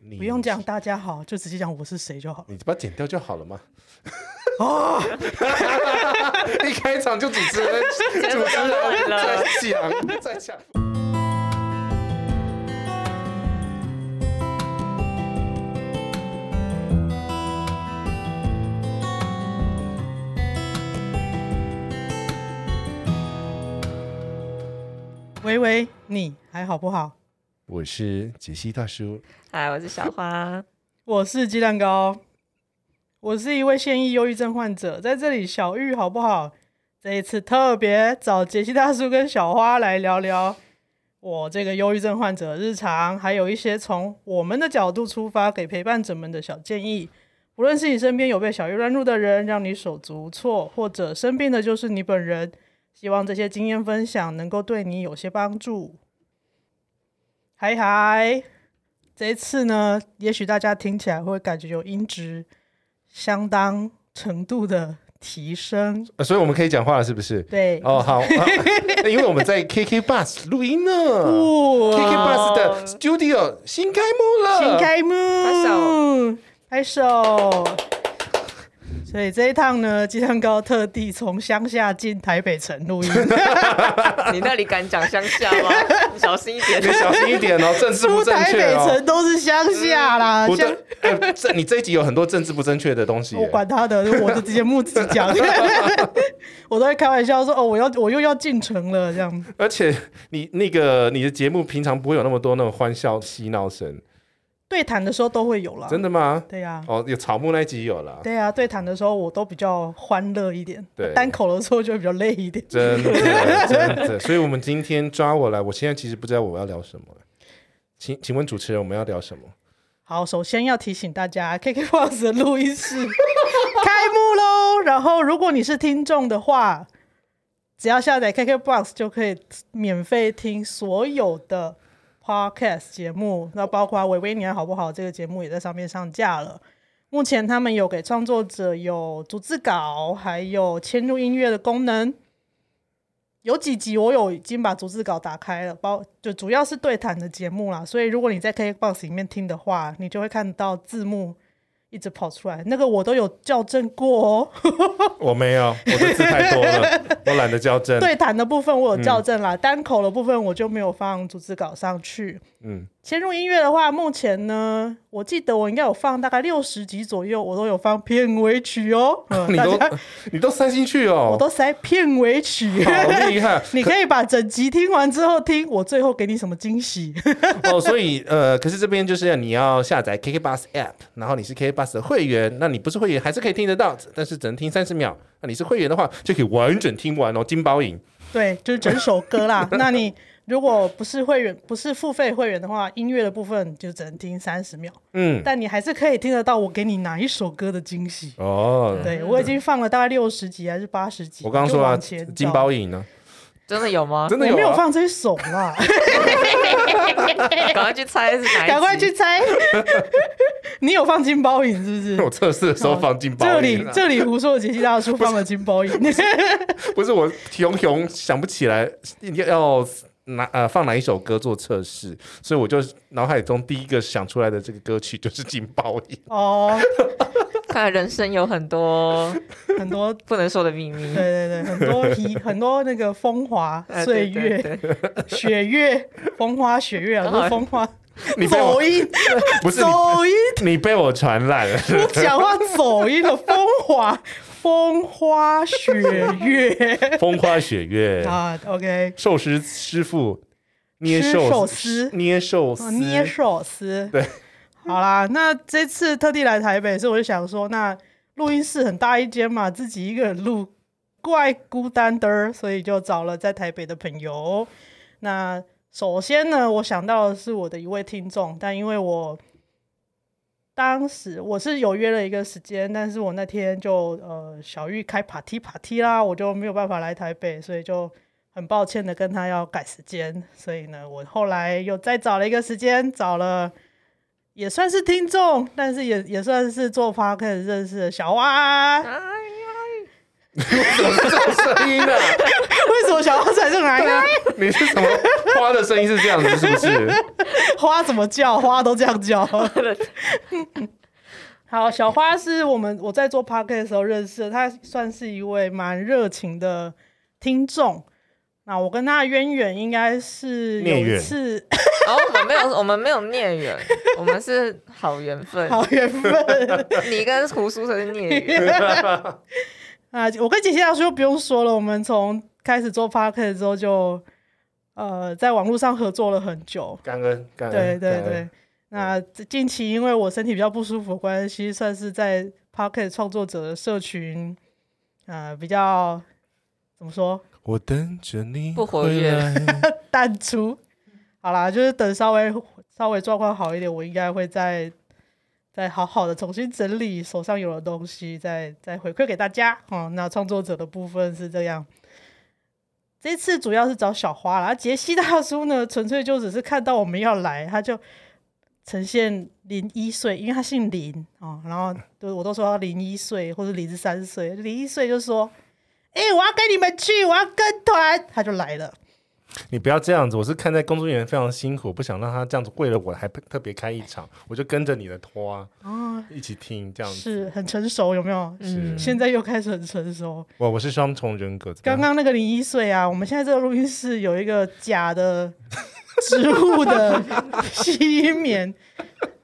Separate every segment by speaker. Speaker 1: 你
Speaker 2: 不用
Speaker 1: 嗯
Speaker 2: 讲，大家好，就直接讲我是谁就好了。
Speaker 1: 你把它剪掉就好了嘛。 哦，一开场就主持人，主持人在讲，在讲。
Speaker 2: 喂喂，你还好不好？
Speaker 1: 我是杰西大叔，
Speaker 3: 嗨，哎我是小花。
Speaker 2: 我是鸡蛋糕，我是一位现役忧郁症患者，在这里小玉好不好？这一次特别找杰西大叔跟小花来聊聊我这个忧郁症患者的日常，还有一些从我们的角度出发给陪伴者们的小建议。无论是你身边有被小玉乱入的人，让你手足无措，或者生病的就是你本人，希望这些经验分享能够对你有些帮助。嗨嗨，这一次呢，也许大家听起来会感觉有音质相当程度的提升。
Speaker 1: 呃所以我们可以讲话了，是不是？
Speaker 2: 对，
Speaker 1: 哦，好，啊 因为我们在 KK Bus 录音呢
Speaker 2: 哇
Speaker 1: ，KK Bus 的 Studio 新开幕了，
Speaker 2: 请开幕，拍手，所以这一趟呢，鸡蛋糕特地从乡下进台北城 录音，
Speaker 3: 你那里敢讲乡下吗？ 你小心一点
Speaker 1: 你。小心一点哦， 政治不
Speaker 2: 出
Speaker 1: 正
Speaker 2: 台
Speaker 1: 确
Speaker 2: 北
Speaker 1: 哦。
Speaker 2: 城都是乡下啦，
Speaker 1: 我
Speaker 2: 乡
Speaker 1: 的，呃，这你这一集有很多政治不正确的东西耶。
Speaker 2: 我管他的，我的节目自 己讲，我都会开玩笑说哦，我要我又要进城了这样。
Speaker 1: 而且你那个你的节目平常不会有那么多那种欢笑嬉闹声，
Speaker 2: 对谈的时候都会有啦，
Speaker 1: 真的吗？
Speaker 2: 对啊呀、
Speaker 1: 哦，有草木那一集有啦，
Speaker 2: 对呀、对谈的时候我都比较欢乐一点
Speaker 1: 啊对，
Speaker 2: 单口的时候就会比较累一点。
Speaker 1: 真的真的。所以我们今天抓我来，我现在其实不知道我要聊什么。请请问主持人，我们要聊什么？
Speaker 2: 好，首先要提醒大家，KKBOX 的录音室开幕喽。然后，如果你是听众的话，只要下载 KKBOX 就可以免费听所有的 Podcast 节目，那包括《维维尼亚好不好》这个节目也在上面上架了。目前他们有给创作者有逐字稿，还有嵌入音乐的功能。有几集我有已经把逐字稿打开了，包就主要是对谈的节目啦，所以如果你在 KBox 里面听的话，你就会看到字幕一直跑出来，那个我都有校正过哦。
Speaker 1: 我没有，我的字太多 了，我懒得校正。
Speaker 2: 对谈的部分我有校正啦，单口的部分我就没有放逐字稿上去。
Speaker 1: 嗯，
Speaker 2: 先入音乐的话，目前呢，我记得我应该有放大概六十集左右，我都有放片尾曲哦。 嗯、
Speaker 1: 你
Speaker 2: 大
Speaker 1: 都
Speaker 2: 家
Speaker 1: 你都塞进去哦，
Speaker 2: 我都塞片尾曲。
Speaker 1: 好厉害
Speaker 2: 你可以把整集听完之后听，我最后给你什么惊喜？
Speaker 1: 哦。所以呃，可是这边就是你要下载 KK Bus App，然后你是 KK Bus 的会员，那你不是会员还是可以听得到，但是只能听三十秒。那你是会员的话，就可以完整听完哦，金包银。
Speaker 2: 对，就是整首歌啦。 那你如果不是会员，不是付费会员的话，音乐的部分就只能听三十秒，
Speaker 1: 嗯，
Speaker 2: 但你还是可以听得到我给你哪一首歌的惊喜。
Speaker 1: 哦，
Speaker 2: 对我已经放了大概六十集还是八十集，
Speaker 1: 我刚刚说
Speaker 2: 就
Speaker 1: 啊，
Speaker 2: 往前
Speaker 1: 金
Speaker 2: 找
Speaker 1: 包银呢，
Speaker 3: 真的有吗？
Speaker 1: 真的
Speaker 2: 我没
Speaker 1: 有
Speaker 2: 有
Speaker 1: 啊。
Speaker 2: 放这一首啦，
Speaker 3: 赶快去猜是哪一集。
Speaker 2: 赶快去猜。 你有放金包银是不 是？
Speaker 1: 我测试的时候放金包
Speaker 2: 这
Speaker 1: 银
Speaker 2: 里
Speaker 1: 啊，
Speaker 2: 这里胡说杰西大叔放了金 包银，
Speaker 1: 不是我熊熊想不起来要哪呃放哪一首歌做测试，所以我就脑海中第一个想出来的这个歌曲就是金包 银。
Speaker 2: 哦，
Speaker 3: 看来人生有很多
Speaker 2: 很多
Speaker 3: 不能说的秘密
Speaker 2: 对。对对，很多遗很多那个风华
Speaker 3: 哎
Speaker 2: 岁
Speaker 3: 对
Speaker 2: 月、
Speaker 3: 对 对
Speaker 2: 雪月、风花雪月啊，
Speaker 3: 刚
Speaker 2: 不
Speaker 3: 好
Speaker 2: 是风花，
Speaker 1: 你被
Speaker 2: 走
Speaker 1: 我
Speaker 2: 音，
Speaker 1: 不是
Speaker 2: 走音，
Speaker 1: 你你被我传染了。
Speaker 2: 我讲话走音了，风 华，风花雪月
Speaker 1: 风花雪月，
Speaker 2: 啊，OK，
Speaker 1: 寿司师傅捏
Speaker 2: 吃
Speaker 1: 寿
Speaker 2: 寿司
Speaker 1: 捏寿
Speaker 2: 哦
Speaker 1: 司，
Speaker 2: 捏寿司，
Speaker 1: 对，
Speaker 2: 好啦，那这次特地来台北，所以我就想说，那录音室很大一间嘛，自己一个人录，怪孤单的儿，所以就找了在台北的朋友。那首先呢，我想到的是我的一位听众，但因为我当时我是有约了一个时间，但是我那天就呃小玉开 party party 啦，我就没有办法来台北，所以就很抱歉的跟他要改时间。所以呢，我后来又再找了一个时间，找了也算是听众，但是也也算是做 p o 认识的小蛙。
Speaker 3: 哎呀
Speaker 1: 这种声音啊！
Speaker 2: 为什么小花才是男
Speaker 1: 对
Speaker 2: 的
Speaker 1: 啊？， 你是什么花的声音啊是这样子，是不 是？
Speaker 2: 花怎么叫？花都这样叫。 好，小花是我们我在做 p o c a s t 的时候认识的，她算是一位蛮热情的听众。那我跟她的渊源应该是有
Speaker 1: 孽
Speaker 2: 一
Speaker 1: 缘
Speaker 2: 次
Speaker 3: 然后我们没有，我们没有孽缘，我们是好缘分。
Speaker 2: 好缘分
Speaker 3: 你跟胡叔才是孽缘，
Speaker 2: 啊！我跟杰西大叔就不用说了，我们从开始做 p o c a s t 之后就呃在网络上合作了很久。
Speaker 1: 感恩，感
Speaker 2: 对
Speaker 1: 恩，
Speaker 2: 对
Speaker 1: 感
Speaker 2: 对
Speaker 1: 恩。，
Speaker 2: 那近期因为我身体比较不舒服的关系，算是在 Pocket 创作者的社群，呃，比较怎么说
Speaker 1: 我等着你
Speaker 3: 不活跃
Speaker 1: 回来。
Speaker 2: 淡出。好啦，就是等稍微稍微状况好一点，我应该会再再好好的重新整理手上有的东西，再再回馈给大家。哦、那创作者的部分是这样。这次主要是找小花啦，杰西大叔呢，纯粹就只是看到我们要来，他就呈现零一岁，因为他姓林哦，然后就我都说他零一岁或者零三岁，零一岁就说：“哎、我要跟你们去，我要跟团。”他就来了。
Speaker 1: 你不要这样子，我是看在工作人员非常辛苦，不想让他这样子为了我还特别开一场，我就跟着你的拖啊，
Speaker 2: 哦，
Speaker 1: 一起听这样子。
Speaker 2: 是很成熟，有没有？
Speaker 1: 是
Speaker 2: 现在又开始很成熟。
Speaker 1: 我我是双重人格，怎么
Speaker 2: 刚
Speaker 1: 样
Speaker 2: 刚那个零一岁啊，我们现在这个录音室有一个假的 植 物的吸音棉。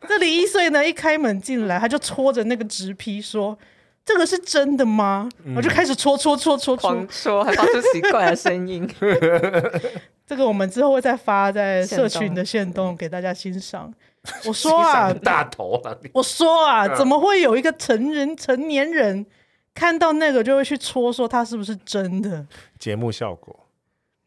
Speaker 2: 这零一岁呢，一开门进来，他就戳着那个植皮说：“这个是真的吗？”我
Speaker 1: 嗯
Speaker 2: 就开始戳戳戳戳戳
Speaker 3: 狂。说还发出奇怪的声 音。
Speaker 2: 这个我们之后会再发在社
Speaker 3: 限
Speaker 2: 群
Speaker 3: 动
Speaker 2: 的线动给大家欣赏。我说啊
Speaker 1: 欣赏，大头啊，你
Speaker 2: 我说啊，
Speaker 1: 嗯
Speaker 2: 怎么会有一个成人成年人看到那个就会去戳说他是不是真的？
Speaker 1: 节目效果。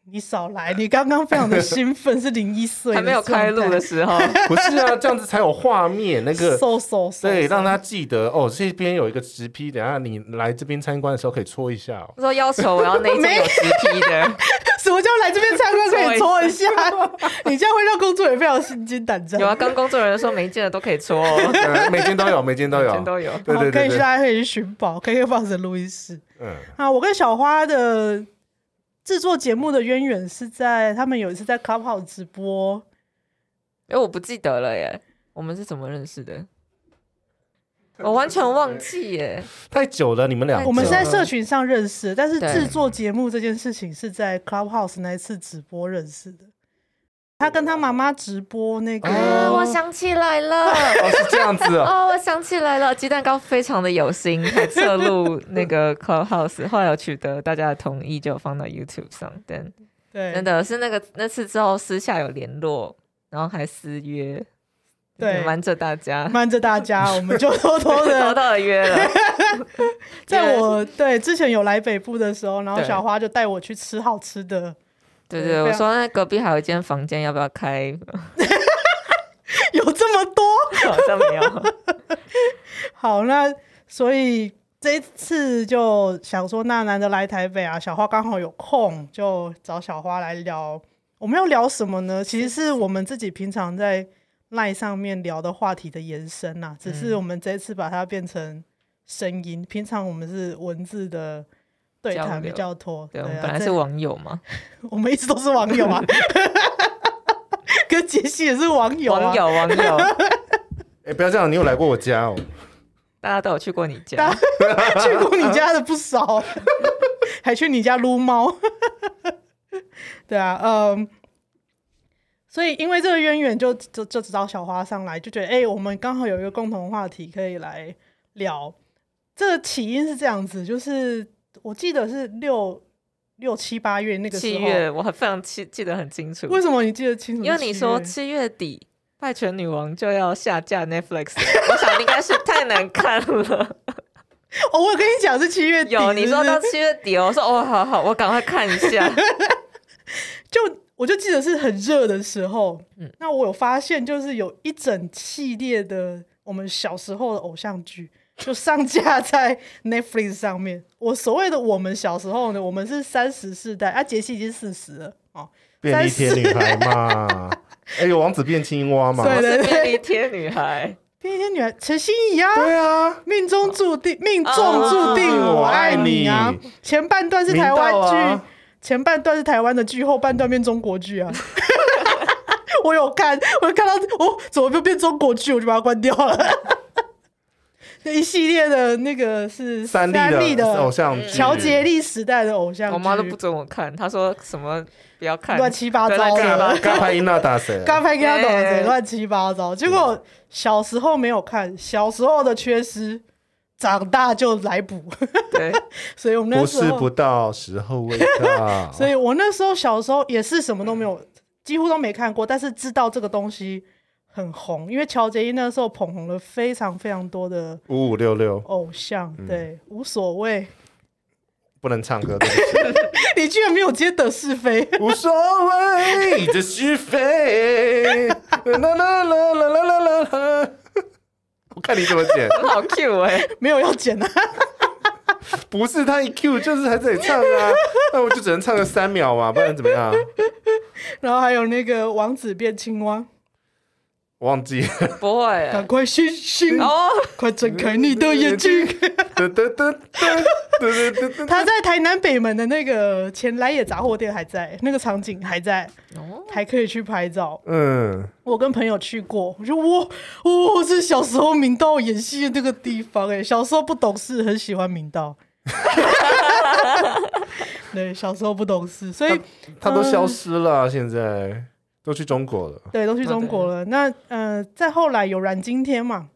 Speaker 2: 你少来！你刚刚非常的兴奋，是零一岁
Speaker 3: 还没有开录的
Speaker 2: 时
Speaker 3: 时候，
Speaker 1: 不是啊，这样子才有画面，那 个
Speaker 2: 搜搜搜，
Speaker 1: 对，让
Speaker 2: 他
Speaker 1: 他记得哦，这边有一个直批，等一下你来这边参观的时候可以戳一 下、哦。
Speaker 3: 说要求我要 那一种有直批的，
Speaker 2: 什么叫来这边参观可以戳一下？ 你这样会让工作人员非常心惊胆战。
Speaker 3: 有啊，跟工作人员说没见的都可以戳、哦，
Speaker 1: 呃每间都有，每间都有，
Speaker 3: 全 都有。
Speaker 1: 对
Speaker 2: 好
Speaker 1: 对
Speaker 2: 可
Speaker 1: 对
Speaker 2: 以去
Speaker 1: 对，
Speaker 2: 大家可以去寻宝，KK Box 的录音室
Speaker 1: 嗯，
Speaker 2: 啊。我跟小花的制作节目的渊源是在他们有一次在 Clubhouse 直播，
Speaker 3: 因为哎我不记得了耶，我们是怎么认识的？我完全忘记耶，
Speaker 1: 太久了，你们俩
Speaker 3: 太久了
Speaker 2: 我们是在社
Speaker 1: 区，
Speaker 2: 群上认识的，但是
Speaker 3: 啊对
Speaker 2: 制作节目这件事情是在 Clubhouse 那一次直播认识的。他跟他妈妈直播那个，
Speaker 3: 啊，
Speaker 1: 哦
Speaker 3: 我想起来了，
Speaker 1: 哦， 是这样子哦，
Speaker 3: 哦，我想起来了，鸡蛋糕非常的有心，还 侧录那个 Clubhouse，后来有取得大家的同意，就放到 YouTube 上。但
Speaker 2: 对
Speaker 3: 真的是那个那次之后私下有联络，然后还私约，
Speaker 2: 对
Speaker 3: 瞒着大家，
Speaker 2: 瞒着大家，我们就 偷偷
Speaker 3: 偷
Speaker 2: 的，
Speaker 3: 偷的约了。
Speaker 2: 在 我对之前有来北部的时候，然后
Speaker 3: 对
Speaker 2: 小花就带我去吃好吃的，
Speaker 3: 对
Speaker 2: 对
Speaker 3: 对，我
Speaker 2: 非常
Speaker 3: 说那隔壁还有一间房间，要不要 开？
Speaker 2: 有这么多。
Speaker 3: 好像没有。
Speaker 2: 好，那所以这一次就想说，那难得来台北啊，小花刚好有空，就找小花来聊。我们要聊什么呢？其实是我们自己平常在赖上面聊的话题的延伸
Speaker 3: 嗯
Speaker 2: 呐、只是我们这一次把它变成声音。平常我们是文字的对
Speaker 3: 交
Speaker 2: 谈比
Speaker 3: 流
Speaker 2: 较多，
Speaker 3: 对，我们
Speaker 2: 啊
Speaker 3: 本来
Speaker 2: 这
Speaker 3: 是网友嘛，
Speaker 2: 我们一直都是网 友啊，跟杰西也是网友啊
Speaker 3: 网。友网 友，
Speaker 1: 哎、不要这样，你有来过我家哦，
Speaker 3: 大家都有去过你
Speaker 2: 大
Speaker 3: 家
Speaker 2: 家， 去过你家的不少， 还去你家撸猫。 对啊，嗯，所以因为这个渊源就，就就只找小花上来，就觉得哎、我们刚好有一个共同话题可以来聊。这个起因是这样子，就是我记得是六六七八月那个时
Speaker 3: 七
Speaker 2: 候，
Speaker 3: 月我还非常记记得很清楚，
Speaker 2: 为什么你记得清楚是
Speaker 3: 因
Speaker 2: 七月？
Speaker 3: 为你说七月底《拜权女王》就要下架 Netflix，了我想应该是太难看了。
Speaker 2: 哦，我有跟你讲是七月 底，
Speaker 3: 有你
Speaker 2: 是不
Speaker 3: 说
Speaker 2: 是
Speaker 3: 到七月底哦，我说哦，好好，我赶快看一下。
Speaker 2: 就我就记得是很热的时候，那我有发现就是有一整系列的我们小时候的偶像剧就上架在 Netflix 上面。我所谓的我们小时候呢，我们是三十世代，啊，杰西已经四十了哦，
Speaker 1: 便利贴女孩 嘛，哎、有王子变青蛙嘛，
Speaker 2: 对
Speaker 3: 我
Speaker 2: 对
Speaker 3: 是
Speaker 2: 对
Speaker 3: 便利贴女孩，
Speaker 2: 变天女孩陈欣怡啊。
Speaker 1: 对啊，
Speaker 2: 命中注定，命中注定
Speaker 1: 哦
Speaker 2: 我爱你啊
Speaker 1: 我爱！
Speaker 2: 前半段是
Speaker 1: 哦明
Speaker 2: 台
Speaker 1: 道
Speaker 2: 湾剧
Speaker 1: 啊，
Speaker 2: 前半段是台湾的剧，后半段变中国剧啊。 我有看，我看到哦，怎么又变中国剧，我就把它关掉了。 那一系列的那个是
Speaker 1: 三
Speaker 2: 立
Speaker 1: 立
Speaker 2: 的
Speaker 1: 偶像剧
Speaker 2: 乔杰利时代的偶像剧，
Speaker 3: 我妈都不准我看，她说什么不要看，
Speaker 2: 乱七八糟
Speaker 3: 对乱
Speaker 2: 的
Speaker 3: 七八糟。
Speaker 1: 刚拍音娜啊大神，
Speaker 2: 刚拍跟他懂谁
Speaker 3: 哎
Speaker 2: 乱七八糟，结果小时候没有看，小时候的缺失，长大就来补，
Speaker 3: 对，
Speaker 2: 所以我们那
Speaker 1: 不
Speaker 2: 时
Speaker 1: 是
Speaker 2: 候
Speaker 1: 不到时候未到，
Speaker 2: 所以我那时候小时候也是什么都没有，几乎都没看过，但是知道这个东西很红，因为乔杰伊那时候捧红了非常非常多的
Speaker 1: 五五六六
Speaker 2: 偶像，对，无所谓。
Speaker 1: 不能唱歌，对 不
Speaker 2: 你居然没有接得是非，
Speaker 1: 起，无所谓这是非，啦啦啦啦啦啦啦啦，我看你怎么 剪，
Speaker 3: 好 Q 哎、
Speaker 2: 没有要剪啊，
Speaker 1: 不是他一 Q 就是还在这里唱啊，那我就只能唱个三秒嘛，不然怎么样？
Speaker 2: 然后还有那个王子变青蛙，
Speaker 1: 忘记 了，
Speaker 3: 不会、
Speaker 2: 赶
Speaker 3: 欸。
Speaker 2: 快醒醒，
Speaker 3: 哦，
Speaker 2: 快睁开你的眼睛。
Speaker 1: 噔噔噔噔噔噔噔，
Speaker 2: 他在台南北门的那个前来野杂货店还在，那个场景还在，
Speaker 3: 哦
Speaker 2: 还可以去拍照。
Speaker 1: 嗯，
Speaker 2: 我跟朋友去过，我说哇，哦，这是小时候明道演戏的那个地方哎、小时候不懂事，很喜欢明道。 对，小时候不懂事，所以
Speaker 1: 他都消失了，啊现在都去中国了。
Speaker 2: 对都去中国了。那呃，再后来有阮经天嘛，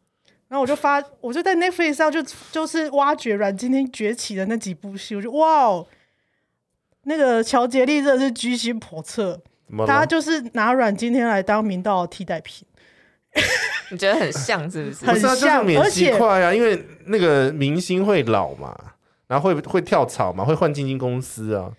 Speaker 2: 然后我就发，我就在 Netflix 上就就是挖掘阮经天崛起的那几部戏，我就哇哦，那个乔杰利真的是居心叵测，
Speaker 1: 怎么
Speaker 2: 他
Speaker 1: 了？
Speaker 2: 就是拿阮经天来当明道的替代品。
Speaker 3: 你觉得很像是不是？
Speaker 1: 不是啊，
Speaker 2: 很
Speaker 1: 就
Speaker 2: 像
Speaker 1: 是免
Speaker 2: 而
Speaker 1: 息
Speaker 2: 且
Speaker 1: 快啊，因为那个明星会老嘛，然后会会跳槽嘛，会换经纪公司啊。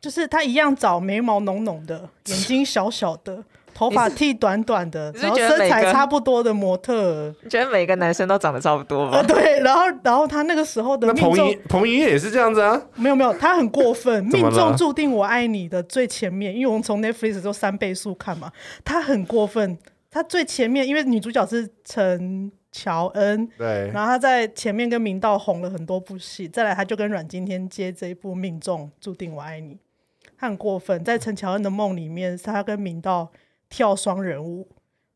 Speaker 2: 就是他一样找眉毛浓浓 的、眼睛小小的、头发剃短短的，
Speaker 3: 你是
Speaker 2: 然后
Speaker 3: 觉得
Speaker 2: 身
Speaker 3: 每
Speaker 2: 材
Speaker 3: 个
Speaker 2: 差不多的模特儿。
Speaker 3: 你觉得每个男生都长得差不多
Speaker 2: 呃，
Speaker 3: 吗？
Speaker 2: 对，然后然后他那个时候的
Speaker 1: 啊那
Speaker 2: 命
Speaker 1: 彭于
Speaker 2: 中
Speaker 1: 彭于晏也是这样子啊，
Speaker 2: 没有没有，他很过分，
Speaker 1: 怎么
Speaker 2: 命
Speaker 1: 了
Speaker 2: 中注定我爱你的最前面，因为我们从 Netflix 就三倍速看嘛，他很过分，他最前面因为女主角是陈乔恩，
Speaker 1: 对，
Speaker 2: 然后他在前面跟明道红了很多部戏，再来他就跟阮经天接这一部《命中注定我爱你》，他很过分，在陈乔恩的梦里面，他跟明道跳双人舞，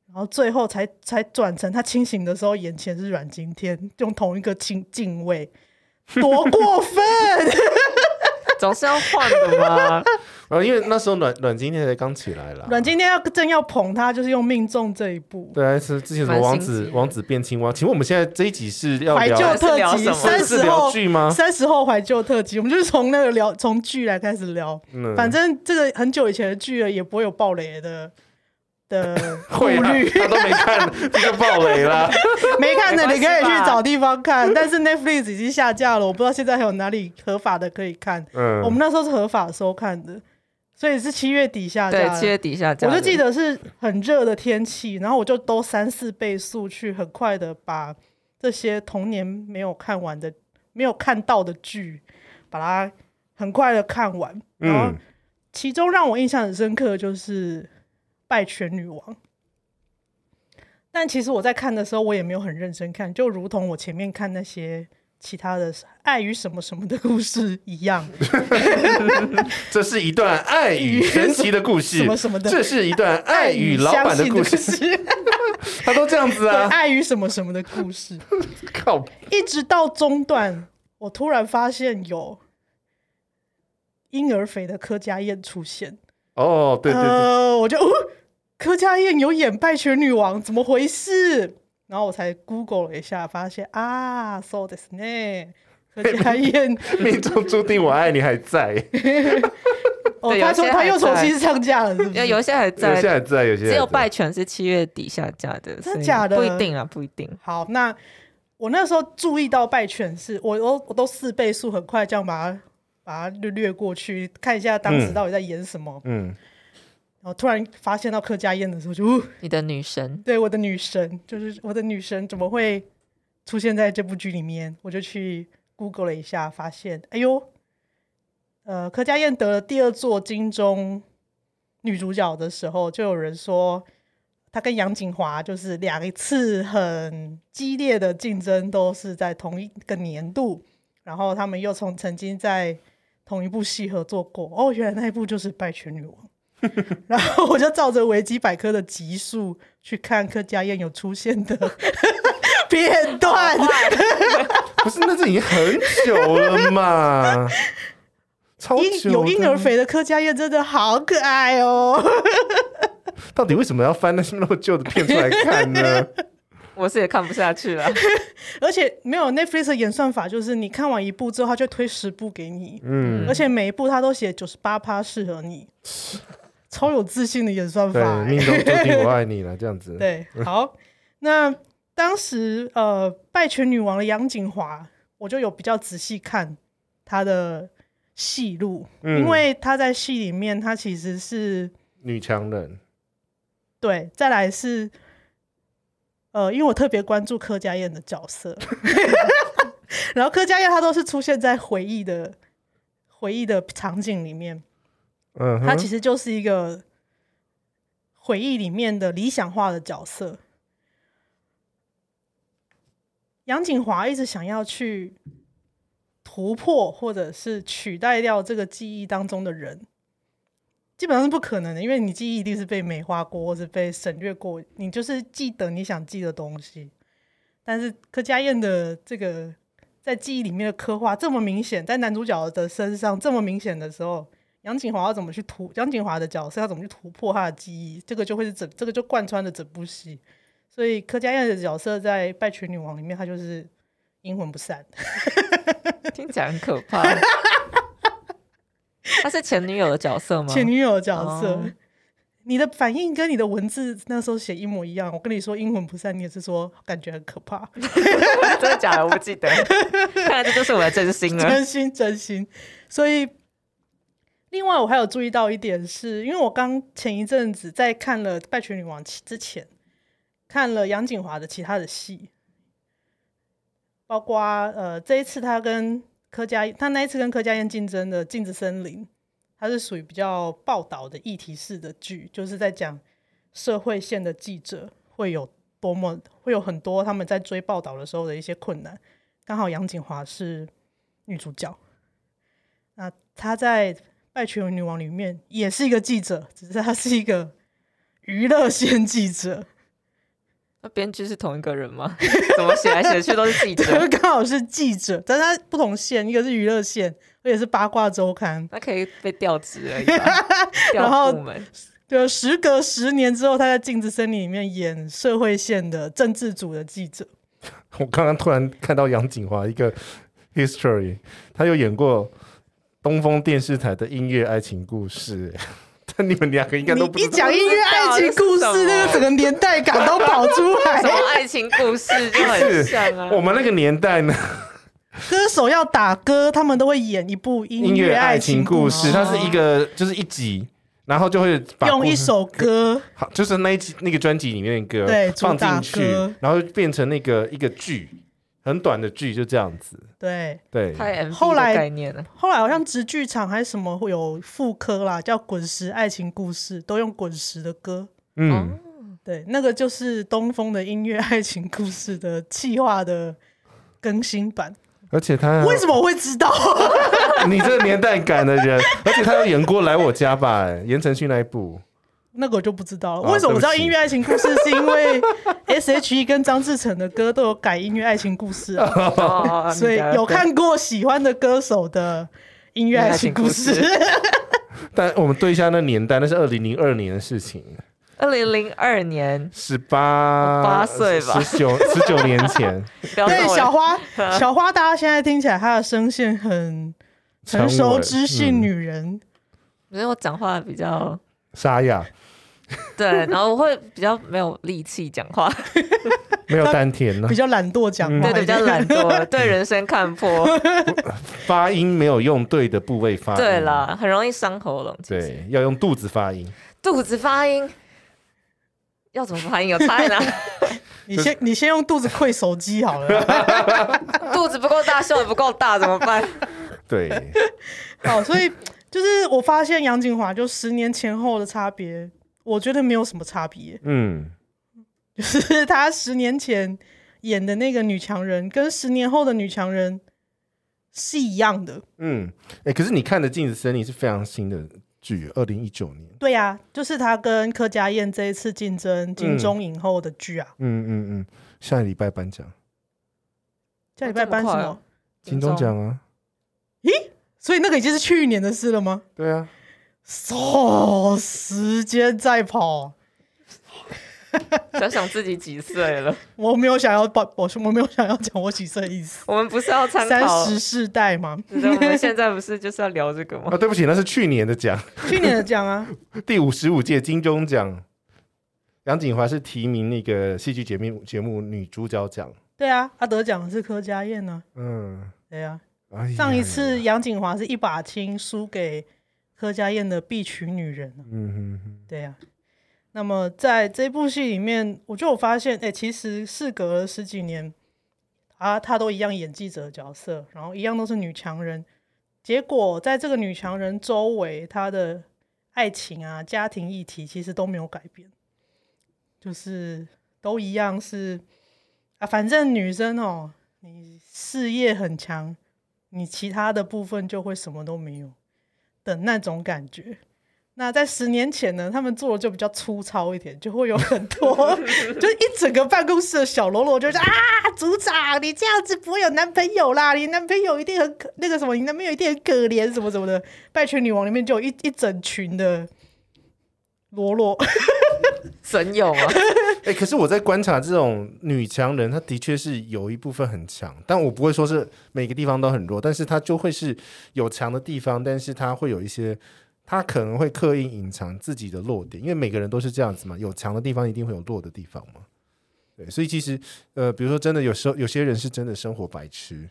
Speaker 2: 然后最后才 才转成他清醒的时候，眼前是阮经天，用同一个镜镜位，多 过分！
Speaker 3: 总是要换的嘛。
Speaker 1: 然后因为那时候阮阮经天才刚起来啦，
Speaker 2: 阮经天要正要捧他，就是用命中这一部。
Speaker 1: 对啊，是之前什么
Speaker 3: 蛮
Speaker 1: 王
Speaker 3: 新奇
Speaker 1: 子
Speaker 3: 的
Speaker 1: 王子变青蛙？请问我们现在这一集是要
Speaker 2: 怀
Speaker 1: 聊
Speaker 2: 旧特
Speaker 3: 是聊什
Speaker 2: 辑，
Speaker 3: 么
Speaker 2: 三
Speaker 1: 是
Speaker 2: 十
Speaker 1: 聊
Speaker 2: 后
Speaker 1: 剧吗？
Speaker 2: 三十后怀旧特辑，我们就是从那个聊从剧来开始聊。
Speaker 1: 嗯
Speaker 2: 反正这个很久以前的剧了，也不会有暴雷的 的顾
Speaker 1: 会啊
Speaker 2: 虑，，
Speaker 1: 他都没看，这就爆雷 啦。
Speaker 2: 没看的
Speaker 3: 没
Speaker 2: 你
Speaker 3: 关
Speaker 2: 可
Speaker 3: 系
Speaker 2: 以去
Speaker 3: 吧
Speaker 2: 找地方看。但是 Netflix 已经下架了，我不知道现在还有哪里合法的可以看。
Speaker 1: 嗯，
Speaker 2: 我们那时候是合法收看的，所以是七月底下
Speaker 3: 对
Speaker 2: 架，
Speaker 3: 七
Speaker 2: 的。
Speaker 3: 月底下这
Speaker 2: 我
Speaker 3: 样。
Speaker 2: 就记，得是很热的天气，然后我就都三四倍速去，很快的把这些童年没有看完的、没有看到的剧，把它很快的看完。然后
Speaker 1: 嗯，
Speaker 2: 其中让我印象很深刻的就是《拜权女王》，但其实我在看的时候，我也没有很认真看，就如同我前面看那些其他的《爱与什么什么的故事》一样，
Speaker 1: 这是一段爱与神奇的故
Speaker 2: 什
Speaker 1: 事
Speaker 2: 么，什么的
Speaker 1: 这是一段 爱与老板的
Speaker 2: 相信
Speaker 1: 故
Speaker 2: 故
Speaker 1: 事，
Speaker 2: 事，
Speaker 1: 他都这样子
Speaker 2: 对，
Speaker 1: 啊，
Speaker 2: 爱与什么什么的故事，
Speaker 1: 靠，
Speaker 2: 一直到中段，我突然发现有婴儿肥的柯佳燕出现，
Speaker 1: 哦，对对对，
Speaker 2: 呃，我就、哦、柯佳燕有演《拜权女王》，怎么回事？然后我才 Google 了一下，发现啊，so this 呢，柯佳燕
Speaker 1: 命中注定我爱你还 在，
Speaker 2: 哦，
Speaker 3: 对
Speaker 2: 她
Speaker 3: 有些
Speaker 2: 从她
Speaker 3: 还
Speaker 2: 又重
Speaker 3: 在
Speaker 2: 新上架了，是不
Speaker 3: 因为
Speaker 2: 是？
Speaker 3: 有些还
Speaker 1: 有
Speaker 3: 在
Speaker 1: 些，还在，有些还
Speaker 3: 只有
Speaker 1: 在
Speaker 3: 拜权是七月底下架的，
Speaker 2: 真的
Speaker 3: 所以
Speaker 2: 假的
Speaker 3: 不一定啊，不一定。
Speaker 2: 好，那我那时候注意到拜犬是，我我我都四倍速，很快这样把它把它略略过去，看一下当时
Speaker 1: 嗯
Speaker 2: 到底在演什么。
Speaker 1: 嗯，
Speaker 2: 然后突然发现到柯佳燕的时候就，哦
Speaker 3: 你的女神
Speaker 2: 对我的女神，就是我的女神怎么会出现在这部剧里面？我就去 Google 了一下，发现，哎呦，呃，柯佳燕得了第二座金钟女主角的时候，就有人说她跟杨锦华就是两次很激烈的竞争，都是在同一个年度，然后他们又从曾经在。同一部戏合作过，哦，原来那一部就是《拜 权女王》， 然后我就照着维基百科的集数去看柯佳燕有出现 的片段，
Speaker 1: 不是，那这已经很久了 嘛，超
Speaker 2: 婴
Speaker 1: 久
Speaker 2: 有
Speaker 1: 的
Speaker 2: 婴儿肥的柯佳燕真的好可爱哦。
Speaker 1: 到底为什么要翻那些那么旧的片出来看 呢？
Speaker 3: 我是也看不下去了。
Speaker 2: 而且没有 Netflix 的演算法，就是你看完一部之后，它就推十部给你，
Speaker 1: 嗯，
Speaker 2: 而且每一部它都写九十八趴适 合你，超有自信的演算 法
Speaker 1: 对，嗯
Speaker 2: 欸、
Speaker 1: 命中注定我爱你了，这样子。
Speaker 2: 对，好，那当时呃，《拜权女王》的杨景华，我就有比较仔细看她的戏路，
Speaker 1: 嗯
Speaker 2: 因为她在戏里面，她其实是
Speaker 1: 女强人，
Speaker 2: 对，再来是呃，因为我特别关注柯佳燕的角色， 然后柯佳燕她都是出现在回忆的回忆的场景里面，
Speaker 1: 嗯
Speaker 2: 她
Speaker 1: 哼，
Speaker 2: 其实就是一个回忆里面的理想化的角色。杨景华一直想要去突破，或者是取代掉这个记忆当中的人，基本上是不可能的，因为你记忆一定是被美化过，或是被省略过，你就是记得你想记的东西。但是柯佳燕的这个在记忆里面的刻画这么明显，在男主角的身上这么明显的时候，杨景华要怎么去突杨景华的角色要怎么去突破他的记忆，这个就会是整这个就贯穿了整部戏。所以柯佳燕的角色在《拜权女王》里面，她就是阴魂不散。
Speaker 3: 听起来很可怕。她是前女友的角色吗？
Speaker 2: 前女友的角色，
Speaker 3: 哦
Speaker 2: 你的反应跟你的文字那时候写一模一样。我跟你说阴魂不散，你也是说感觉很可怕，
Speaker 3: 真的假的？我不记得。看来这就是我的真心啊了。
Speaker 2: 真心真心。所以，另外我还有注意到一点是，因为我刚前一阵子在看了《拜权女王》之前，看了杨景华的其他的戏，包括呃这一次他跟柯佳，他那一次跟柯佳燕竞争的《镜子森林》，它是属于比较报道的议题式的剧，就是在讲社会线的记者会有多么会有很多他们在追报道的时候的一些困难。刚好杨景华是女主角，那她在《拜权女王》里面也是一个记者，只是她是一个娱乐线记者。
Speaker 3: 那编剧是同一个人吗？ 怎么写来写去都是记者
Speaker 2: 对，？刚好是记者，但是他不同线，一个是娱乐线，而且是八卦周刊。
Speaker 3: 那可以被调职而已吧，
Speaker 2: 然
Speaker 3: 调
Speaker 2: 后
Speaker 3: 部门。
Speaker 2: 对，时隔十年之后，他在《镜子森林》里面演社会线的政治组的记者。
Speaker 1: 我刚刚突然看到杨景华一个 history，他有演过东风电视台的音乐爱情故事， 哎但你们两个应该
Speaker 2: 你
Speaker 1: 都不
Speaker 2: 一
Speaker 1: 知道。
Speaker 2: 讲音乐爱情故
Speaker 3: 不知道
Speaker 2: 事，那
Speaker 3: 这
Speaker 2: 个
Speaker 3: 是什么
Speaker 2: 整个年代感都跑出
Speaker 3: 什
Speaker 2: 来。
Speaker 3: 么爱情故事就很像啊。
Speaker 1: 我们那个年代呢，
Speaker 2: 歌手要打歌，他们都会演一部音
Speaker 1: 音乐爱
Speaker 2: 爱
Speaker 1: 情故
Speaker 2: 故
Speaker 1: 事，它是一个就是一集，然后就会把故
Speaker 2: 用一首歌，
Speaker 1: 好，就是那一集那个专辑里面的歌
Speaker 2: 对主
Speaker 1: 放进
Speaker 2: 打
Speaker 1: 去
Speaker 2: 歌，
Speaker 1: 然后变成那个一个剧，很短的剧，就这样子。
Speaker 2: 对。
Speaker 1: 对，
Speaker 3: 拍 MV
Speaker 2: 后来
Speaker 3: 的概念啊呢？
Speaker 2: 后来好像直剧场还是什么会有副科啦，叫《滚石爱情故事》，都用滚石的歌。
Speaker 3: 哦
Speaker 1: 嗯，
Speaker 2: 对，那个就是东风的音乐爱情故事的企划的更新版。
Speaker 1: 而且他
Speaker 2: 为什么我会知道？
Speaker 1: 你这个年代感的人，而且他有演过《来我家吧》哎言承旭那一部，
Speaker 2: 那个我就不知道了。
Speaker 1: 啊
Speaker 2: 为什么我知道
Speaker 1: 对不起
Speaker 2: 音乐爱情故事？是因为 S.H.E 跟张志成的歌都有改音乐爱情故事啊，
Speaker 3: 哦
Speaker 2: 所以有看过喜欢的歌手的音乐爱情故
Speaker 3: 音乐爱
Speaker 2: 事。
Speaker 1: 但我们对一下那年代，那是二零零二年的事情，
Speaker 3: 二零零二年，
Speaker 1: 十八
Speaker 3: 八岁吧
Speaker 1: 十九十九年前，
Speaker 3: 不要
Speaker 2: 对
Speaker 3: 跟，我
Speaker 2: 小花，小花，大家现在听起来她的声线 很成熟
Speaker 1: 稳
Speaker 2: 知性、女
Speaker 1: 嗯
Speaker 2: 人，
Speaker 3: 因为我讲话比较
Speaker 1: 沙哑，
Speaker 3: 对，然后我会比较没有力气讲话，
Speaker 1: 没有丹 田呢
Speaker 2: 比，较懒惰讲
Speaker 1: 嗯
Speaker 2: 话
Speaker 3: 对
Speaker 2: 一点，
Speaker 3: 对，比较懒惰，对人生看破，
Speaker 1: 发音没有用对的部位发音。
Speaker 3: 对，啦，很容易伤喉咙。其实
Speaker 1: 对，要用肚子发音。
Speaker 3: 肚子发音要怎么发音？有差在哪？
Speaker 2: 你先你先用肚子跪手机好了。
Speaker 3: 肚子不够大，胸也不够大，怎么办？
Speaker 1: 对，
Speaker 2: 好，哦所以就是我发现杨景华就十年前后的差别，我觉得没有什么差别，
Speaker 1: 嗯，
Speaker 2: 就是她十年前演的那个女强人跟十年后的女强人是一样的。
Speaker 1: 嗯，哎、可是你看的《镜子森林》是非常新的剧，二零一九年。
Speaker 2: 对呀、就是他跟柯佳燕这一次竞争金钟影后的剧啊，
Speaker 1: 嗯嗯嗯，下礼拜颁奖，
Speaker 2: 下礼拜颁什
Speaker 3: 这么快
Speaker 2: 么
Speaker 3: 啊？
Speaker 1: 金钟奖啊，
Speaker 2: 所以那个已经是去年的事了吗？
Speaker 1: 对啊，
Speaker 2: 哦，时间在跑，啊
Speaker 3: 想想自己几岁了，
Speaker 2: 我没有想要把，我我没有想要讲我几岁的意思。
Speaker 3: 我们不是要参
Speaker 2: 三
Speaker 3: 考？
Speaker 2: 十世代嘛，
Speaker 3: 你知道我们现在不是就是要聊这个吗
Speaker 1: 啊，？对不起，那是去年的奖，
Speaker 2: 去年的奖啊，
Speaker 1: 第五十五届金钟奖，杨锦华是提名那个戏剧节目节目女主角奖。
Speaker 2: 对啊，他得奖的是柯佳燕呢、
Speaker 1: 嗯，
Speaker 2: 啊，对啊，
Speaker 1: 哎呀
Speaker 2: 上一次，杨景华是一把青输给柯佳燕的《必娶女人》啊，
Speaker 1: 嗯哼哼，
Speaker 2: 对啊。那么在这部戏里面，我就有发现，哎、其实事隔了十几年，啊，她都一样演记者的角色，然后一样都是女强人。结果在这个女强人周围，她的爱情啊、家庭议题其实都没有改变，就是都一样是啊，反正女生哦，你事业很强，你其他的部分就会什么都没有的那种感觉。那在十年前呢，他们做的就比较粗糙一点，就会有很多，就是一整个办公室的小喽啰就是啊，组长你这样子不会有男朋友啦，你男朋友一定很可那个什么，你男朋友一定很可怜什么什么的。《拜权女王》里面就有一一整群的喽啰，
Speaker 3: 损友吗？
Speaker 1: 哎、可是我在观察这种女强人，她的确是有一部分很强，但我不会说是每个地方都很弱，但是她就会是有强的地方，但是她会有一些，她可能会刻意隐藏自己的弱点，因为每个人都是这样子嘛，有强的地方一定会有弱的地方嘛。对，所以其实呃，比如说真的有时候有些人是真的生活白痴，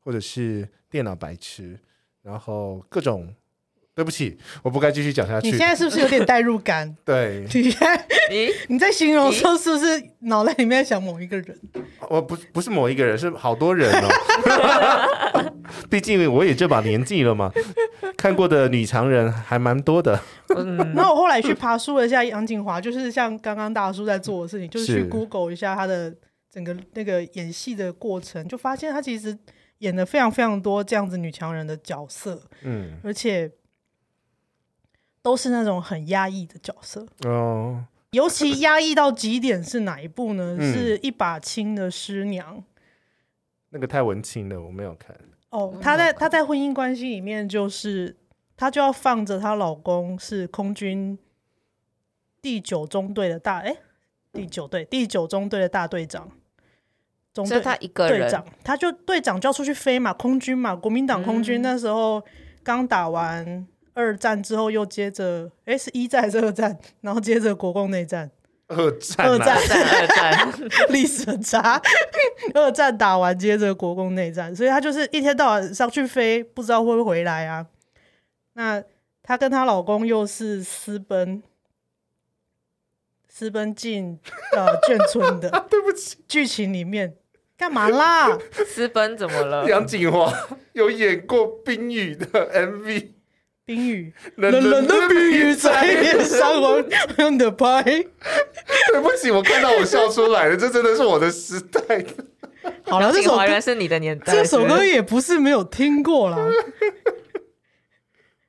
Speaker 1: 或者是电脑白痴，然后各种。对不起，我不该继续讲下
Speaker 2: 你
Speaker 1: 去
Speaker 2: 现。在是不是有点代入感？
Speaker 1: 对，
Speaker 2: 你现在
Speaker 3: 咦，
Speaker 2: 你在形容的时候是不是脑袋里面在想某一个人？
Speaker 1: 我不不是某一个人，是好多人哦。 毕竟我也这把年纪了嘛，看过的女强人还蛮多的。
Speaker 3: 嗯，
Speaker 2: 然后我后来去爬梳了一下杨景华，就是像刚刚大叔在做 的事情，就是去
Speaker 1: 是
Speaker 2: Google 一下他的整个那个演戏的过程，就发现他其实演了非常非常多这样子女强人的角色，
Speaker 1: 嗯，
Speaker 2: 而且都是那种很压抑的角色。
Speaker 1: 哦，
Speaker 2: 尤其压抑到极点是哪一部呢？
Speaker 1: 嗯
Speaker 2: 是一把青的师娘。
Speaker 1: 那个太文青了，我没有看。
Speaker 2: 哦，
Speaker 3: 嗯
Speaker 2: 她在她在婚姻关系里面，就是她就要放着她老公是空军第九中队的大哎、第九队第九中队的大队长，中
Speaker 3: 就
Speaker 2: 队
Speaker 3: 他一个
Speaker 2: 队
Speaker 3: 人
Speaker 2: 长，他就队长就要出去飞嘛，空军嘛，国民党空军、
Speaker 3: 嗯
Speaker 2: 那时候刚打完二战之后，又接着哎、是一战还是二战，然后接着国共内战，
Speaker 1: 二战、啊，
Speaker 2: 二战。
Speaker 3: 在二战，
Speaker 2: 历史很差。二战打完，接着国共内战，所以他就是一天到晚上去飞，不知道会不会回来啊。那她跟她老公又是私奔，私奔进呃眷村的
Speaker 1: 对不起，
Speaker 2: 剧情里面干嘛啦？
Speaker 3: 私奔怎么 了？
Speaker 1: 杨锦 华有演过冰雨的 MV，
Speaker 2: 冰雨，
Speaker 1: 冷
Speaker 2: 冷冷的冰雨在
Speaker 1: 在。
Speaker 2: 脸上我们的拍。
Speaker 1: 对不起，我看到我笑出来了，这真的是我的时代 的。
Speaker 2: 好了，这首
Speaker 3: 杨景华
Speaker 2: 歌
Speaker 3: 原来是你的年代，
Speaker 2: 这首
Speaker 3: 是不
Speaker 2: 歌
Speaker 3: 是
Speaker 2: 也不是没有听过啦。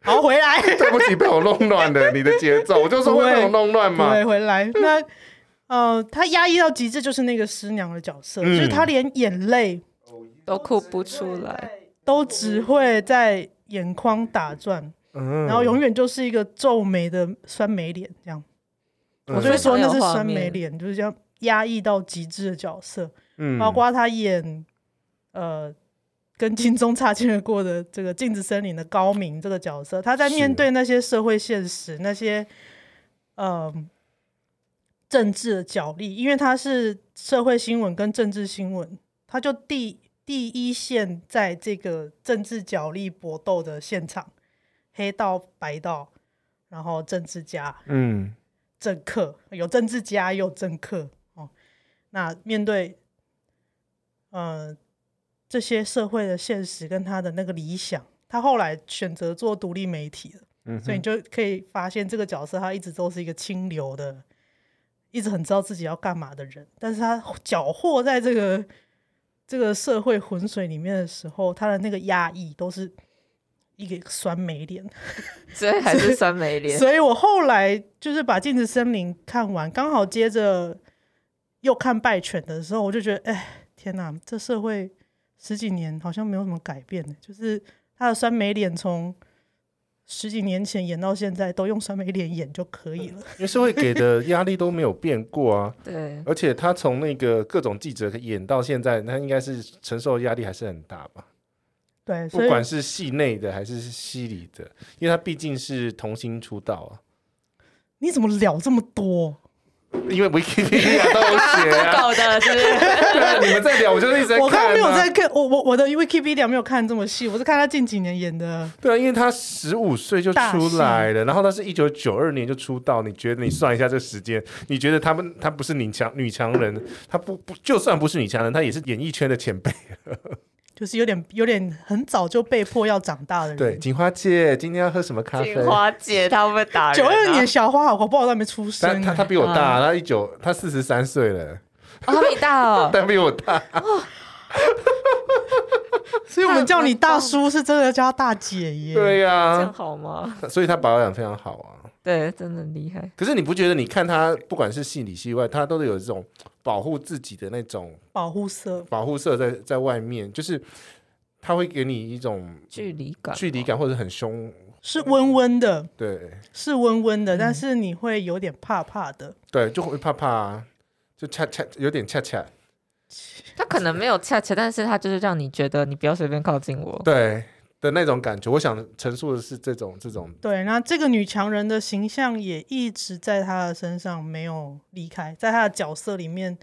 Speaker 2: 好，回来。
Speaker 1: 对不起，被我弄乱了你的节奏，我就说会被我弄乱嘛。
Speaker 2: 对，回来。那呃，他压抑到极致就是那个师娘的角色，
Speaker 1: 嗯
Speaker 2: 就是他连眼泪
Speaker 3: 都哭不出来，
Speaker 2: 都只会在眼眶打转，
Speaker 1: 嗯
Speaker 2: 然后永远就是一个皱眉的酸梅脸这样。
Speaker 1: 嗯
Speaker 2: 我就会说那是酸
Speaker 3: 非常有
Speaker 2: 梅
Speaker 3: 画面
Speaker 2: 脸，就是这样压抑到极致的角色，
Speaker 1: 嗯
Speaker 2: 包括他演呃。跟金钟差劲而过的这个《镜子森林》的高明这个角色，他在面
Speaker 1: 是
Speaker 2: 对那些社会现实、那些呃政治的角力，因为他是社会新闻跟政治新闻，他就第第一线在这个政治角力搏斗的现场，黑道、白道，然后政治家、
Speaker 1: 嗯。
Speaker 2: 政客，有政治家也有政客哦。那面对呃这些社会的现实跟他的那个理想，他后来选择做独立媒体了。
Speaker 1: 嗯
Speaker 2: 所以你就可以发现这个角色他一直都是一个清流的，一直很知道自己要干嘛的人，但是他搅和在这个这个社会浑水里面的时候，他的那个压抑都是一个酸梅脸。
Speaker 3: 所以还是酸梅脸。
Speaker 2: 所以我后来就是把《镜子森林》看完，刚好接着又看《败犬》的时候，我就觉得，哎，天哪，这社会十几年好像没有什么改变呢。就是他的酸梅脸从十几年前演到现在，都用酸梅脸演就可以了。
Speaker 1: 因为社会给的压力都没有变过啊。
Speaker 3: 对，
Speaker 1: 而且他从那个各种记者演到现在，他应该是承受的压力还是很大吧？
Speaker 2: 对，所
Speaker 1: 不
Speaker 2: 以
Speaker 1: 管是戏内的还是戏里的，因为他毕竟是童星出道啊，
Speaker 2: 你怎么聊这么多？
Speaker 1: 因为 Wikipedia 都有写 啊。
Speaker 3: 狗的是不是？
Speaker 1: 对啊，你们在聊，我就是一直在看、啊。
Speaker 2: 我刚刚没有在看，我我我的 Wikipedia 没有看这么细，我是看他近几年演的。
Speaker 1: 对啊，因为他十五岁就出来了，然后他是一九九二年就出道。你觉得你算一下这时间，你觉得他们他不是女强女强人，他不不就算不是女强人，他也是演艺圈的前辈。
Speaker 2: 就是有点有点很早就被迫要长大的人，
Speaker 1: 对，锦花姐今天要喝什么咖啡？
Speaker 3: 锦华姐他会不会打人、
Speaker 2: 九
Speaker 3: 啊？
Speaker 2: 二年小花好不好都还没出
Speaker 1: 但
Speaker 2: 生
Speaker 1: 他
Speaker 2: 呢、
Speaker 1: 他比我
Speaker 3: 嗯
Speaker 1: 大，他一九他四十三岁了，
Speaker 3: 哦，他比你大 哦。
Speaker 1: 但比我大。
Speaker 2: 所以我们叫你大叔是真的叫他大姐耶。
Speaker 1: 对呀、
Speaker 3: 嗯
Speaker 2: 啊
Speaker 3: 这样好吗？
Speaker 1: 所以他保养非常好啊。
Speaker 3: 对，真的很厉害。
Speaker 1: 可是你不觉得？你看他不管是戏里戏外，他都有这种保护自己的那种
Speaker 2: 保护色，
Speaker 1: 保护色在在外面，就是他会给你一种
Speaker 3: 距离感，
Speaker 1: 距离。感，或者很凶。
Speaker 2: 是温温的，
Speaker 1: 对
Speaker 2: 是温温
Speaker 1: 嗯
Speaker 2: 的，但是你会有点怕怕的。
Speaker 1: 对，就会怕怕、啊，就恰恰有点恰恰。
Speaker 3: 他可能没有恰恰，但是他就是让你觉得你不要随便靠近我。
Speaker 1: 对。的那种感觉，我想陈述的是这种这种，
Speaker 2: 对，那这个女强人的形象也一直在她的身上没有离开，在她的角色里面，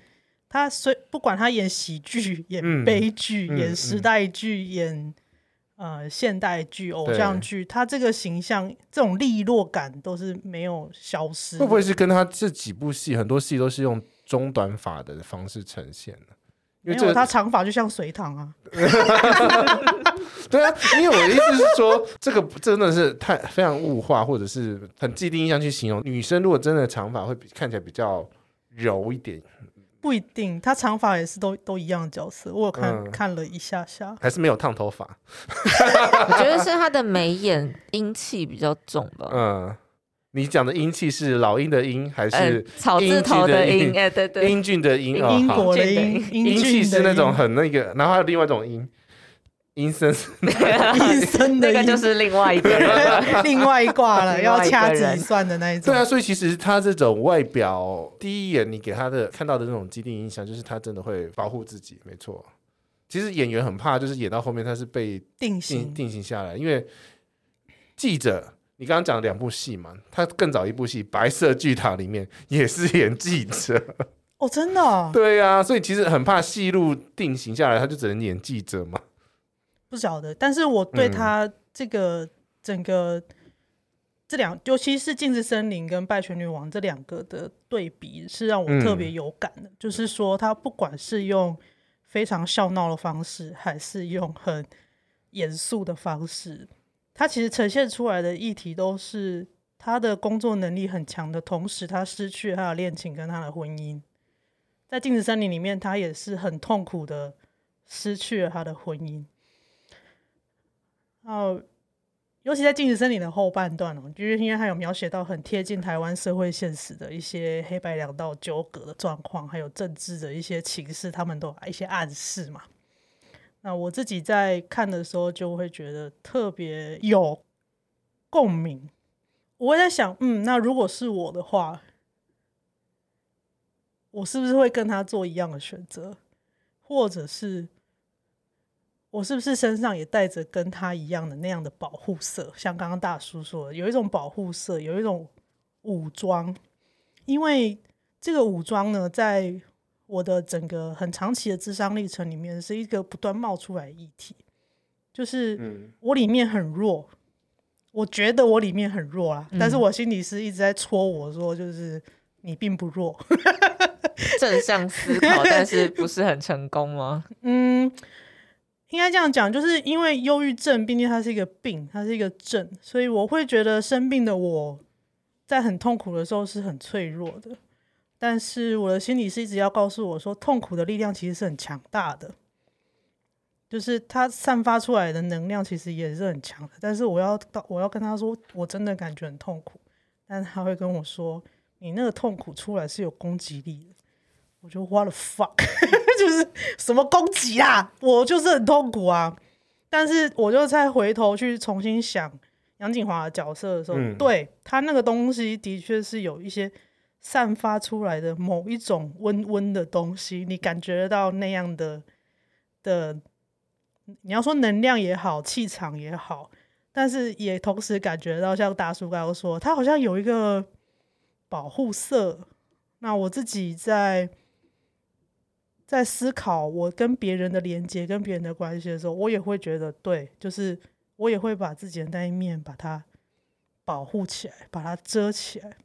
Speaker 2: 她虽不管她演喜剧、演
Speaker 1: 嗯
Speaker 2: 悲剧、
Speaker 1: 嗯
Speaker 2: 演时代剧、演呃现代剧、偶
Speaker 1: 对
Speaker 2: 像剧，她这个形象这种利落感都是没有消失的。
Speaker 1: 会不会是跟他这几部戏很多戏都是用中短法的方式呈现的？因
Speaker 2: 没
Speaker 1: 为这
Speaker 2: 有
Speaker 1: 个
Speaker 2: 她长发就像隋唐啊？
Speaker 1: 对啊，因为我的意思是说，这个真的是太非常物化，或者是很既定印象去形容。女生如果真的长发，会比看起来比较柔一点，
Speaker 2: 不一定，她长发也是都都一样的角色。我有看、
Speaker 1: 嗯
Speaker 2: 看了一下下，
Speaker 1: 还是没有烫头发。
Speaker 2: 啊
Speaker 3: 我觉得是他的眉眼阴气比较重吧。
Speaker 1: 嗯，你讲的阴气是老鹰的鹰，还是
Speaker 3: 呃草字头
Speaker 1: 英
Speaker 3: 鹰，
Speaker 1: 俊
Speaker 3: 哎，对对，
Speaker 1: 英俊的鹰？哦，
Speaker 2: 英
Speaker 1: 好
Speaker 2: 国的
Speaker 3: 俊的
Speaker 2: 英
Speaker 3: 英
Speaker 1: 阴气
Speaker 2: 俊
Speaker 1: 是
Speaker 2: 的
Speaker 1: 那种
Speaker 2: 英
Speaker 1: 很那个，然后还有另外一种阴，阴森森。
Speaker 2: 阴森的
Speaker 3: 那个
Speaker 2: 阴
Speaker 3: 就是另外一个人了。
Speaker 2: 另外一挂了，
Speaker 3: 另外
Speaker 2: 要
Speaker 3: 一个
Speaker 2: 掐指
Speaker 3: 人
Speaker 2: 算的那一种。
Speaker 1: 对啊，所以其实他这种外表，第一眼你给他的看到的那种既定印象，就是他真的会保护自己，没错。其实演员很怕，就是演到后面他是被
Speaker 2: 定
Speaker 1: 定
Speaker 2: 型
Speaker 1: 定型下来，因为记者，你刚刚讲两部戏嘛，他更早一部戏《白色巨塔》里面也是演记者，
Speaker 2: 哦，真的哦、
Speaker 1: 对啊，所以其实很怕戏路定型下来，他就只能演记者嘛。
Speaker 2: 不晓得。但是我对他这个整个这两，尤其是《镜子森林》跟《拜权女王》这两个的对比，是让我特别有感的。就是说，他不管是用非常笑闹的方式，还是用很严肃的方式，他其实呈现出来的议题都是他的工作能力很强的同时，他失去他的恋情跟他的婚姻。在《镜子森林》里面，他也是很痛苦的失去了他的婚姻。然后，尤其在《镜子森林》的后半段哦，就是因为他有描写到很贴近台湾社会现实的一些黑白两道纠葛的状况，还有政治的一些情势，他们都有一些暗示嘛。那我自己在看的时候，就会觉得特别有共鸣。我会在想，嗯，那如果是我的话，我是不是会跟他做一样的选择，或者是我是不是身上也带着跟他一样的那样的保护色？像刚刚大叔说的，有一种保护色，有一种武装，因为这个武装呢，在我的整个很长期的智商历程里面，是一个不断冒出来的议题，就是
Speaker 1: 嗯，
Speaker 2: 我里面很弱，我觉得我里面很弱啦，但是我心里是一直在戳我说，就是你并不弱。
Speaker 3: 正向思考，但是不是很成功吗？
Speaker 2: 嗯，应该这样讲，就是因为忧郁症，毕竟它是一个病，它是一个症，所以我会觉得生病的我在很痛苦的时候是很脆弱的。但是我的心理是一直要告诉我说，痛苦的力量其实是很强大的。就是他散发出来的能量其实也是很强的，但是我要到我要跟他说，我真的感觉很痛苦，但他会跟我说，你那个痛苦出来是有攻击力的。我就 what the fuck，就是 什么攻击啊，我就是很痛苦啊。但是我就再回头去重新想杨景华的角色的时候，
Speaker 1: 嗯
Speaker 2: 对他那个东西的确是有一些散发出来的某一种温温的东西，你感觉得到那样的的，你要说能量也好，气场也好，但是也同时感觉到像大叔刚刚说，他好像有一个保护色。那我自己在在思考我跟别人的连接、跟别人的关系的时候，我也会觉得对，就是我也会把自己的那一面把它保护起来，把它遮起来。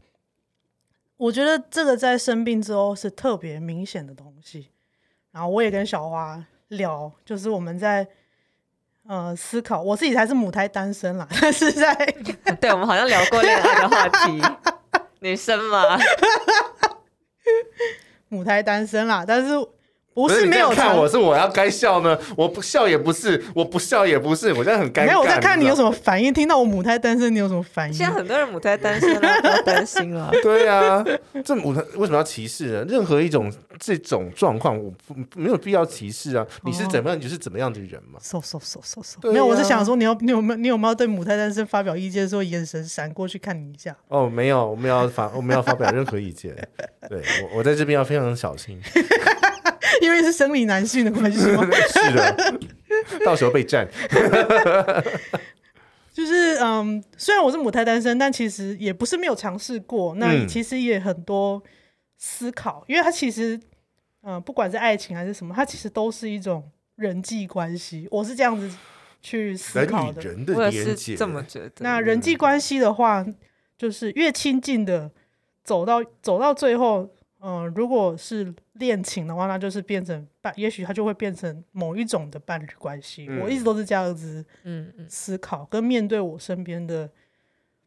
Speaker 2: 我觉得这个在生病之后是特别明显的东西。然后我也跟小花聊，就是我们在呃思考，我自己还是母胎单身啦， 但是在
Speaker 3: 对，我们好像聊过恋爱的话 题，女生嘛，
Speaker 2: 母胎单身啦，但是不
Speaker 1: 不
Speaker 2: 是
Speaker 1: 你
Speaker 2: 没
Speaker 1: 这样
Speaker 2: 有
Speaker 1: 看
Speaker 2: 尝
Speaker 1: 我，是我要该笑呢，我不笑也不是，我不笑也不是，我现在很尴尬。
Speaker 2: 没有我在看你有什
Speaker 1: 么？
Speaker 2: 么反应，听到我母胎单身，你有什么反应
Speaker 3: 现在？很多人母胎单身啊了，不要担心了。
Speaker 1: 对啊，这我为什么要歧视呢？任何一种这种状况，我不没有必要歧视啊。你是怎么样，你就是怎么样的人嘛。
Speaker 2: 嗖嗖嗖嗖嗖，
Speaker 1: 对
Speaker 2: 没有，我是
Speaker 1: 呀
Speaker 2: 想说你有你有没有你有没有对母胎单身发表意见的时候，眼神闪过去看你一下。
Speaker 1: 哦，没有，我们要发，我们要发表任何意见。对我，我在这边要非常小心。
Speaker 2: 因为是生理男性的关系嘛，
Speaker 1: 是的，到时候被占。
Speaker 2: 就是嗯，虽然我是母胎单身，但其实也不是没有尝试过。那
Speaker 1: 嗯
Speaker 2: 其实也很多思考，因为它其实嗯，不管是爱情还是什么，它其实都是一种人际关系。我是这样子去思
Speaker 1: 人
Speaker 2: 考
Speaker 1: 与
Speaker 2: 的。
Speaker 1: 人的
Speaker 3: 我也
Speaker 1: 连接，
Speaker 3: 是这么觉得。
Speaker 2: 那人际关系的话，就是越亲近的，走到走到最后，嗯、如果是恋情的话，那就是变成伴，也许它就会变成某一种的伴侣关系。
Speaker 1: 嗯
Speaker 2: 我一直都是这样子
Speaker 3: 嗯嗯，
Speaker 2: 思考跟面对我身边的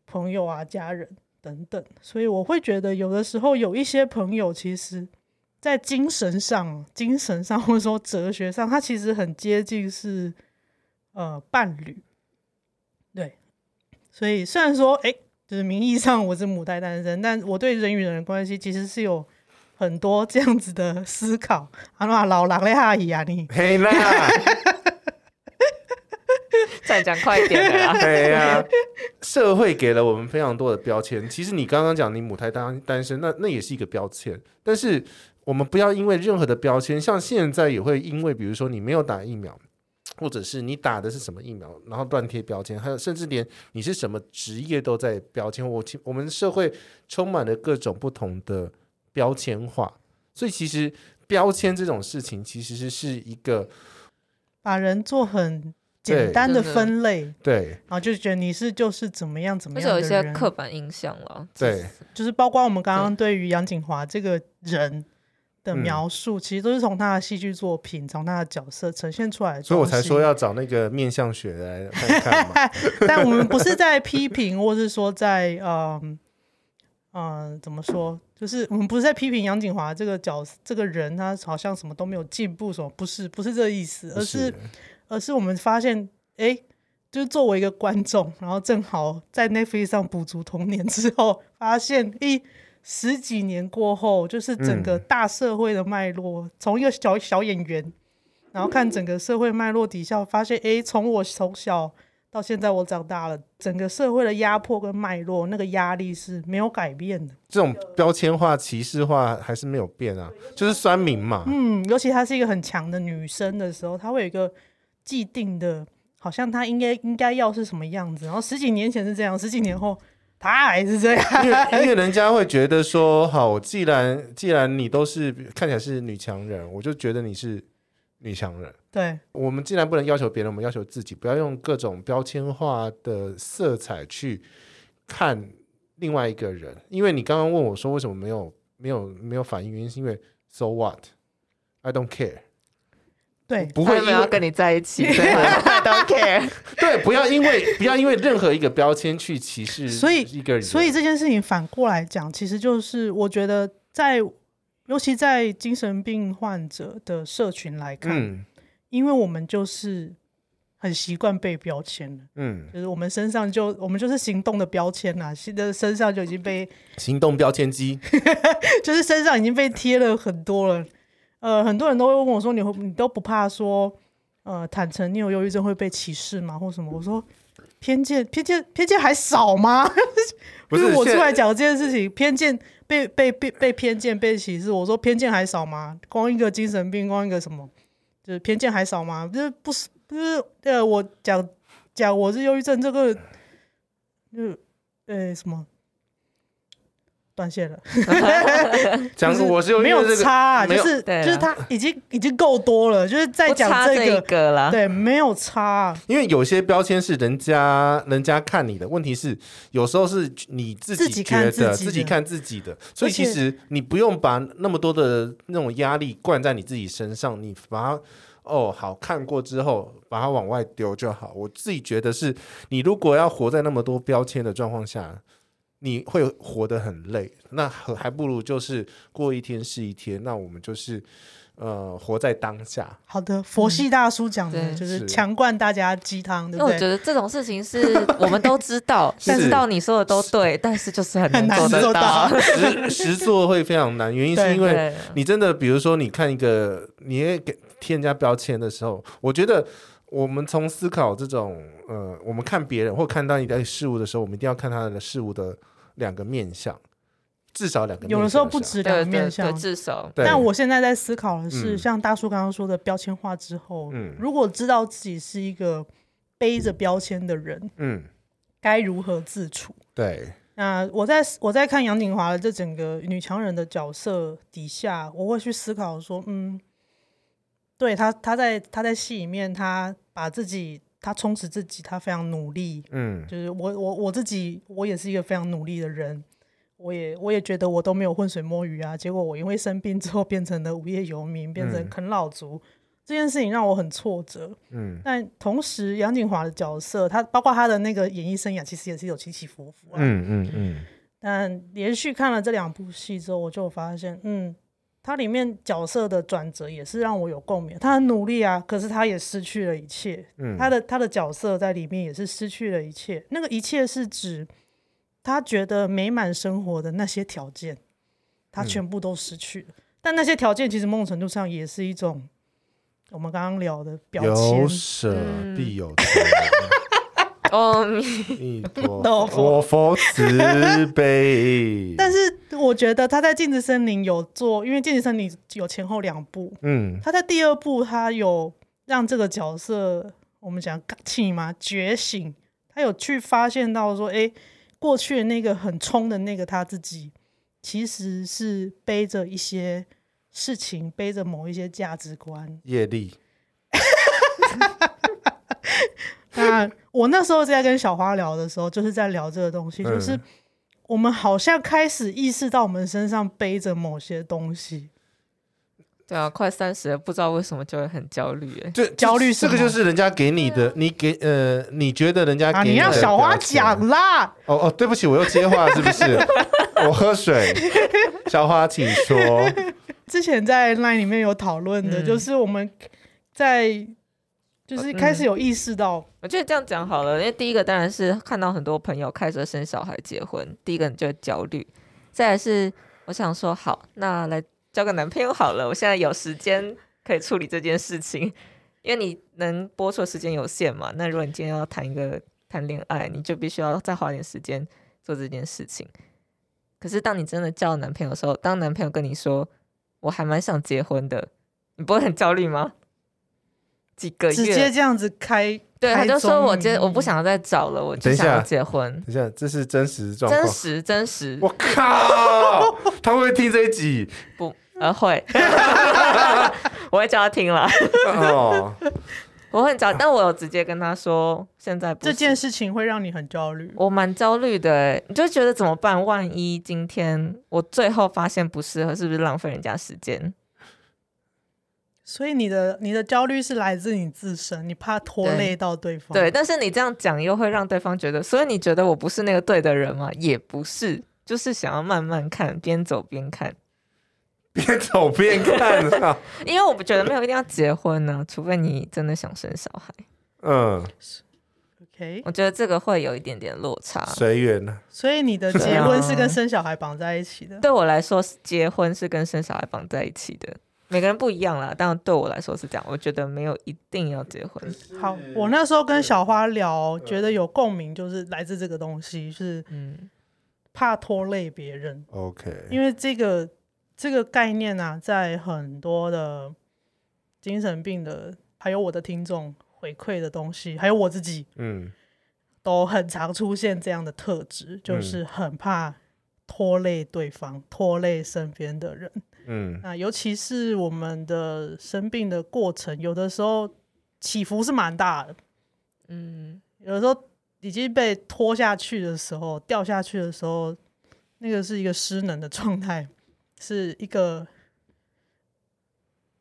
Speaker 2: 朋友啊、家人等等，所以我会觉得有的时候有一些朋友其实。在精神上、精神上或者说哲学上，它其实很接近是呃伴侣，对，所以虽然说诶，就是名义上我是母胎单身，但我对人与人的关系其实是有很多这样子的思考。啊，那老狼嘞阿姨啊，你
Speaker 1: 嘿啦，
Speaker 3: 再讲快一点的 啦。
Speaker 1: 嘿呀，社会给了我们非常多的标签。其实你刚刚讲你母胎单单身，那那也是一个标签。但是我们不要因为任何的标签，像现在也会因为，比如说你没有打疫苗。或者是你打的是什么疫苗，然后乱贴标签，还有甚至连你是什么职业都在标签。我其我们社会充满了各种不同的标签化，所以其实标签这种事情其实是是一个
Speaker 2: 把人做很
Speaker 1: 对
Speaker 2: 简单的
Speaker 3: 真的
Speaker 2: 分类，然
Speaker 1: 对
Speaker 2: 后就觉得你是就是怎么样怎么
Speaker 3: 或
Speaker 2: 样
Speaker 3: 者有
Speaker 2: 的
Speaker 3: 一些
Speaker 2: 人，
Speaker 3: 刻板印象了。
Speaker 1: 对，
Speaker 2: 就是包括我们刚刚对于杨景华这个人。的描述、其实都是从他的戏剧作品，从他的角色呈现出来的，
Speaker 1: 所以我才说。要找那个面相学来看看嘛。
Speaker 2: 但我们不是在批评，或是说在嗯嗯怎么说，就是我们不是在批评杨景华这个角色这个人，他好像什么都没有进步，什么不是不是这个意思，而是而是我们发现，哎、就是作为一个观众，然后正好在 Netflix 上补足童年之后，发现一十几年过后，就是整个
Speaker 1: 嗯
Speaker 2: 大社会的脉络，从一个小小演员，然后看整个社会脉络底下，发现，哎、从我从小到现在我长大了，整个社会的压迫跟脉络，那个压力是没有改变的。
Speaker 1: 这种标签化、歧视化还是没有变啊，就是酸民 嘛。
Speaker 2: 嗯，尤其她是一个很强的女生的时候，她会有一个既定的，好像她应该应该要是什么样子。然后十几年前是这样，十几年后她还是这样。
Speaker 1: 因为因为人家会觉得说，好，既然既然你都是看起来是女强人，我就觉得你是女强人。
Speaker 2: 对，
Speaker 1: 我们既然不能要求别人，我们要求自己，不要用各种标签化的色彩去看另外一个人。因为你刚刚问我说为什么没有没有没有反应，原因是因为 so what，I don't care，
Speaker 2: 对，
Speaker 1: 不
Speaker 3: 他
Speaker 1: 会
Speaker 3: 有
Speaker 1: 因为
Speaker 3: 没有要跟你在一起？ 所以 I don't care。
Speaker 1: 对，不要因为不要因为任何一个标签去歧视，
Speaker 2: 所以
Speaker 1: 一个人，
Speaker 2: 所以这件事情反过来讲，其实就是我觉得在，尤其在精神病患者的社群来看，
Speaker 1: 嗯，
Speaker 2: 因为我们就是很习惯被标签了，
Speaker 1: 嗯，
Speaker 2: 就是我们身上就我们就是行动的标签呐、啊，现在身上就已经被
Speaker 1: 行动标签 机，
Speaker 2: 就是身上已经被贴了很多了。呃，很多人都会问我说：“你会你都不怕说，呃，坦诚你有忧郁症会被歧视吗？或什么？”我说：“偏见，偏见，偏见还少吗？”
Speaker 1: 不是
Speaker 2: 我出
Speaker 1: 现在
Speaker 2: 来讲这件事情，偏见被被被被偏见被歧视，我说偏见还少吗？光一个精神病，光一个什么，就是偏见还少吗？就是不是不是呃，我讲讲我是忧郁症这个，就是呃什么断线了。
Speaker 1: 讲
Speaker 2: 就是
Speaker 1: 我是有
Speaker 2: 没有
Speaker 1: 这个
Speaker 2: 差、啊，
Speaker 1: 没
Speaker 2: 就
Speaker 1: 有
Speaker 2: 是
Speaker 3: 对啊
Speaker 2: 就是他已经已经够多了，就是在
Speaker 3: 不
Speaker 2: 讲
Speaker 3: 差这一
Speaker 2: 个，
Speaker 3: 个啦。
Speaker 2: 对，没有差啊、
Speaker 1: 因为有些标签是人家人家看你的，问题是有时候是你自
Speaker 2: 自
Speaker 1: 己
Speaker 2: 己
Speaker 1: 觉
Speaker 2: 看
Speaker 1: 得
Speaker 2: 自己的
Speaker 1: 自己看自己的，所以
Speaker 2: 而且
Speaker 1: 其实你不用把那么多的那种压力灌在你自己身上，你把它哦好看过之后把它往外丢就好。我自己觉得是，你如果要活在那么多标签的状况下。你会活得很累，那还还不如就是过一天是一天。那我们就是，呃，活在当下。
Speaker 2: 好的，佛系大叔讲的、
Speaker 3: 嗯对
Speaker 2: 就是
Speaker 1: 是
Speaker 2: 强灌大家鸡汤，对
Speaker 3: 因为
Speaker 2: 不
Speaker 3: 我觉
Speaker 2: 对？
Speaker 3: 得这种事情 是我们都知道，
Speaker 1: 是
Speaker 3: 但知道你说的都对，但是就是 很
Speaker 2: 很
Speaker 3: 难
Speaker 2: 难
Speaker 1: 哦
Speaker 3: 做得
Speaker 2: 做
Speaker 3: 到
Speaker 2: 到。
Speaker 1: 实实做会非常难，原因是
Speaker 2: 对
Speaker 1: 因为
Speaker 3: 对，
Speaker 1: 你真的，比如说你看一个，你也给贴人家标签的时候，我觉得我们从思考这种呃，我们看别人或看到一个事物的时候，我们一定要看他的事物的两个面相，至少两个面向。
Speaker 2: 有的时候不止两个
Speaker 3: 对对
Speaker 2: 面
Speaker 3: 对，
Speaker 2: 向。
Speaker 3: 至少
Speaker 1: 对，
Speaker 2: 但我现在在思考的是，
Speaker 1: 嗯
Speaker 2: 像大叔刚刚说的标签化之后，
Speaker 1: 嗯
Speaker 2: 如果知道自己是一个背着标签的人，
Speaker 1: 嗯，
Speaker 2: 该如何自处？
Speaker 1: 对，
Speaker 2: 那我在我在看杨景华的这整个女强人的角色底下，我会去思考说，嗯，对她，她在她在戏里面，她把自己，她充实自己，她非常努力。
Speaker 1: 嗯
Speaker 2: 就是我我我自己，我也是一个非常努力的人，我也我也觉得我都没有浑水摸鱼啊，结果我因为生病之后变成了无业游民，变成
Speaker 1: 嗯
Speaker 2: 啃老族，这件事情让我很挫折。
Speaker 1: 嗯
Speaker 2: 但同时，杨景华的角色，她包括她的那个演艺生涯，其实也是有起起伏伏啊。
Speaker 1: 嗯嗯嗯
Speaker 2: 但连续看了这两部戏之后，我就发现，嗯，它里面角色的转折也是让我有共鸣。他很努力啊，可是他也失去了一切。
Speaker 1: 嗯，
Speaker 2: 他的他的角色在里面也是失去了一切。那个一切是指他觉得美满生活的那些条件，他全部都失去了。但那些条件其实某种程度上也是一种我们刚刚聊的标签
Speaker 1: 有。舍
Speaker 3: 嗯
Speaker 1: 必有 求。
Speaker 3: 哦，
Speaker 1: 一托
Speaker 2: 豆腐
Speaker 1: 我佛慈悲，
Speaker 2: 但是我觉得他在《镜子森林》有做，因为《镜子森林》有前后两部，
Speaker 1: 嗯
Speaker 2: 他在第二部他有让这个角色，我们讲气嘛觉醒，他有去发现到说，诶，过去的那个很冲的那个他自己，其实是背着一些事情，背着某一些价值观。
Speaker 1: 业力，
Speaker 2: 那我那时候在跟小花聊的时候，就是在聊这个东西，就是
Speaker 1: 嗯
Speaker 2: 我们好像开始意识到我们身上背着某些东西。
Speaker 3: 对啊，快三十了，不知道为什么就会很焦虑。哎，
Speaker 1: 这
Speaker 2: 焦虑
Speaker 1: 这
Speaker 2: 什
Speaker 1: 个就
Speaker 2: 么
Speaker 1: 是人家给你
Speaker 3: 啊
Speaker 1: 的，你给呃，你觉得人家
Speaker 2: 啊！
Speaker 1: 给
Speaker 2: 你让
Speaker 1: 的
Speaker 2: 小花
Speaker 1: 标签
Speaker 2: 讲啦，
Speaker 1: 哦哦，对不起，我又接话是不 是？我喝水，小花请说。
Speaker 2: 之前在 LINE 里面有讨论的，
Speaker 3: 嗯
Speaker 2: 就是我们在就是开始有意识到，
Speaker 3: 我觉得这样讲好了，因为第一个当然是看到很多朋友开始生小孩、结婚，第一个你就会焦虑；再来是我想说，好，那来交个男朋友好了，我现在有时间可以处理这件事情，因为你能播出的时间有限嘛。那如果你今天要谈一个谈恋爱，你就必须要再花点时间做这件事情。可是当你真的交了男朋友的时候，当男朋友跟你说“我还蛮想结婚的”，你不会很焦虑吗？几个月
Speaker 2: 直接这样子开，
Speaker 3: 对，他
Speaker 2: 开
Speaker 3: 就说
Speaker 2: 宗
Speaker 3: 我
Speaker 2: 明
Speaker 3: 接我
Speaker 2: 义
Speaker 3: 不想要再找了，我就
Speaker 1: 等一
Speaker 3: 想要
Speaker 1: 下
Speaker 3: 结婚。
Speaker 1: 等一下，这是真实状
Speaker 3: 真
Speaker 1: 况。
Speaker 3: 实真实
Speaker 1: 我靠，他会不会听这一集？
Speaker 3: 不 呃会， 我会叫他听了，
Speaker 1: 哦，
Speaker 3: 我会很焦，但我有直接跟他说现在不
Speaker 2: 这
Speaker 3: 行
Speaker 2: 件事情会让你很焦虑。
Speaker 3: 我蛮焦虑的欸，你就觉得怎么办？万一今天我最后发现不适合，是不是浪费人家时间？
Speaker 2: 所以你的你的焦虑是来自你自身，你怕拖
Speaker 3: 对
Speaker 2: 累到对方。
Speaker 3: 对，，但是你这样讲又会让对方觉得，所以你觉得我不是那个对的人吗？也不是，就是想要慢慢看，边走边看。
Speaker 1: 边走边看啊。
Speaker 3: 因为我不觉得没有一定要结婚呢、除非你真的想生小孩。
Speaker 1: 嗯，
Speaker 2: OK，
Speaker 3: 我觉得这个会有一点点落差。
Speaker 1: 随缘呢。
Speaker 2: 所以你的结婚是跟生小孩绑在一起的。
Speaker 3: 对我来说，结婚是跟生小孩绑在一起的，每个人不一样啦。但对我来说是这样，我觉得没有一定要结婚。
Speaker 2: 好，我那时候跟小花聊，觉得有共鸣，就是来自这个东西，是
Speaker 3: 嗯，
Speaker 2: 怕拖累别人，
Speaker 1: OK，
Speaker 2: 因为这个这个概念啊，在很多的精神病的，还有我的听众回馈的东西，还有我自己，
Speaker 1: 嗯，
Speaker 2: 都很常出现这样的特质，就是很怕拖累对方，拖累身边的人。
Speaker 1: 嗯，
Speaker 2: 那尤其是我们的生病的过程，有的时候起伏是蛮大的，
Speaker 3: 嗯，
Speaker 2: 有的时候已经被拖下去的时候，掉下去的时候，那个是一个失能的状态， 是一个。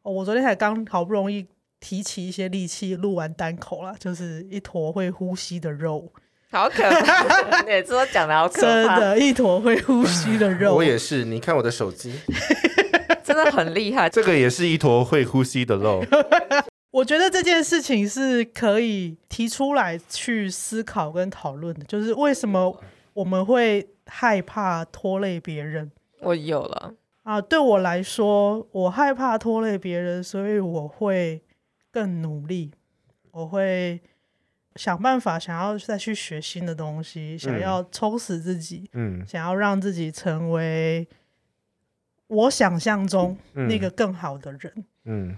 Speaker 2: 哦，我昨天才刚好不容易提起一些力气录完单口啦，就是一坨会呼吸的肉，
Speaker 3: 好可 怕！每次都讲的好可
Speaker 2: 真
Speaker 3: 怕，
Speaker 2: 的，一坨会呼吸的 肉。
Speaker 1: 我也是。你看我的手机，
Speaker 3: 真的很厉害。
Speaker 1: 这个也是一坨会呼吸的肉。
Speaker 2: 我觉得这件事情是可以提出来去思考跟讨论的，就是为什么我们会害怕拖累别人
Speaker 3: 我有了，
Speaker 2: 啊？对我来说，我害怕拖累别人，所以我会更努力，我会想办法想要再去学新的东西，想要充实自己，
Speaker 1: 嗯
Speaker 2: 想要让自己成为我想象中
Speaker 1: 嗯
Speaker 2: 那个更好的人。
Speaker 1: 嗯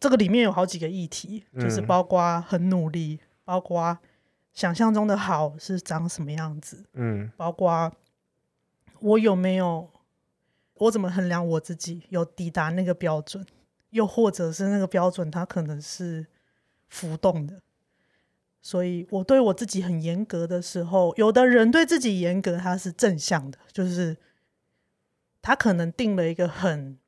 Speaker 2: 这个里面有好几个议题，就是
Speaker 1: 嗯
Speaker 2: 包括很努力，包括想象中的好是长什么样子，
Speaker 1: 嗯
Speaker 2: 包括我有没有，我怎么衡量我自己有抵达那个标准，又或者是那个标准它可能是浮动的。所以我对我自己很严格的时候，有的人对自己严格，他是正向的，就是他可能定了一个很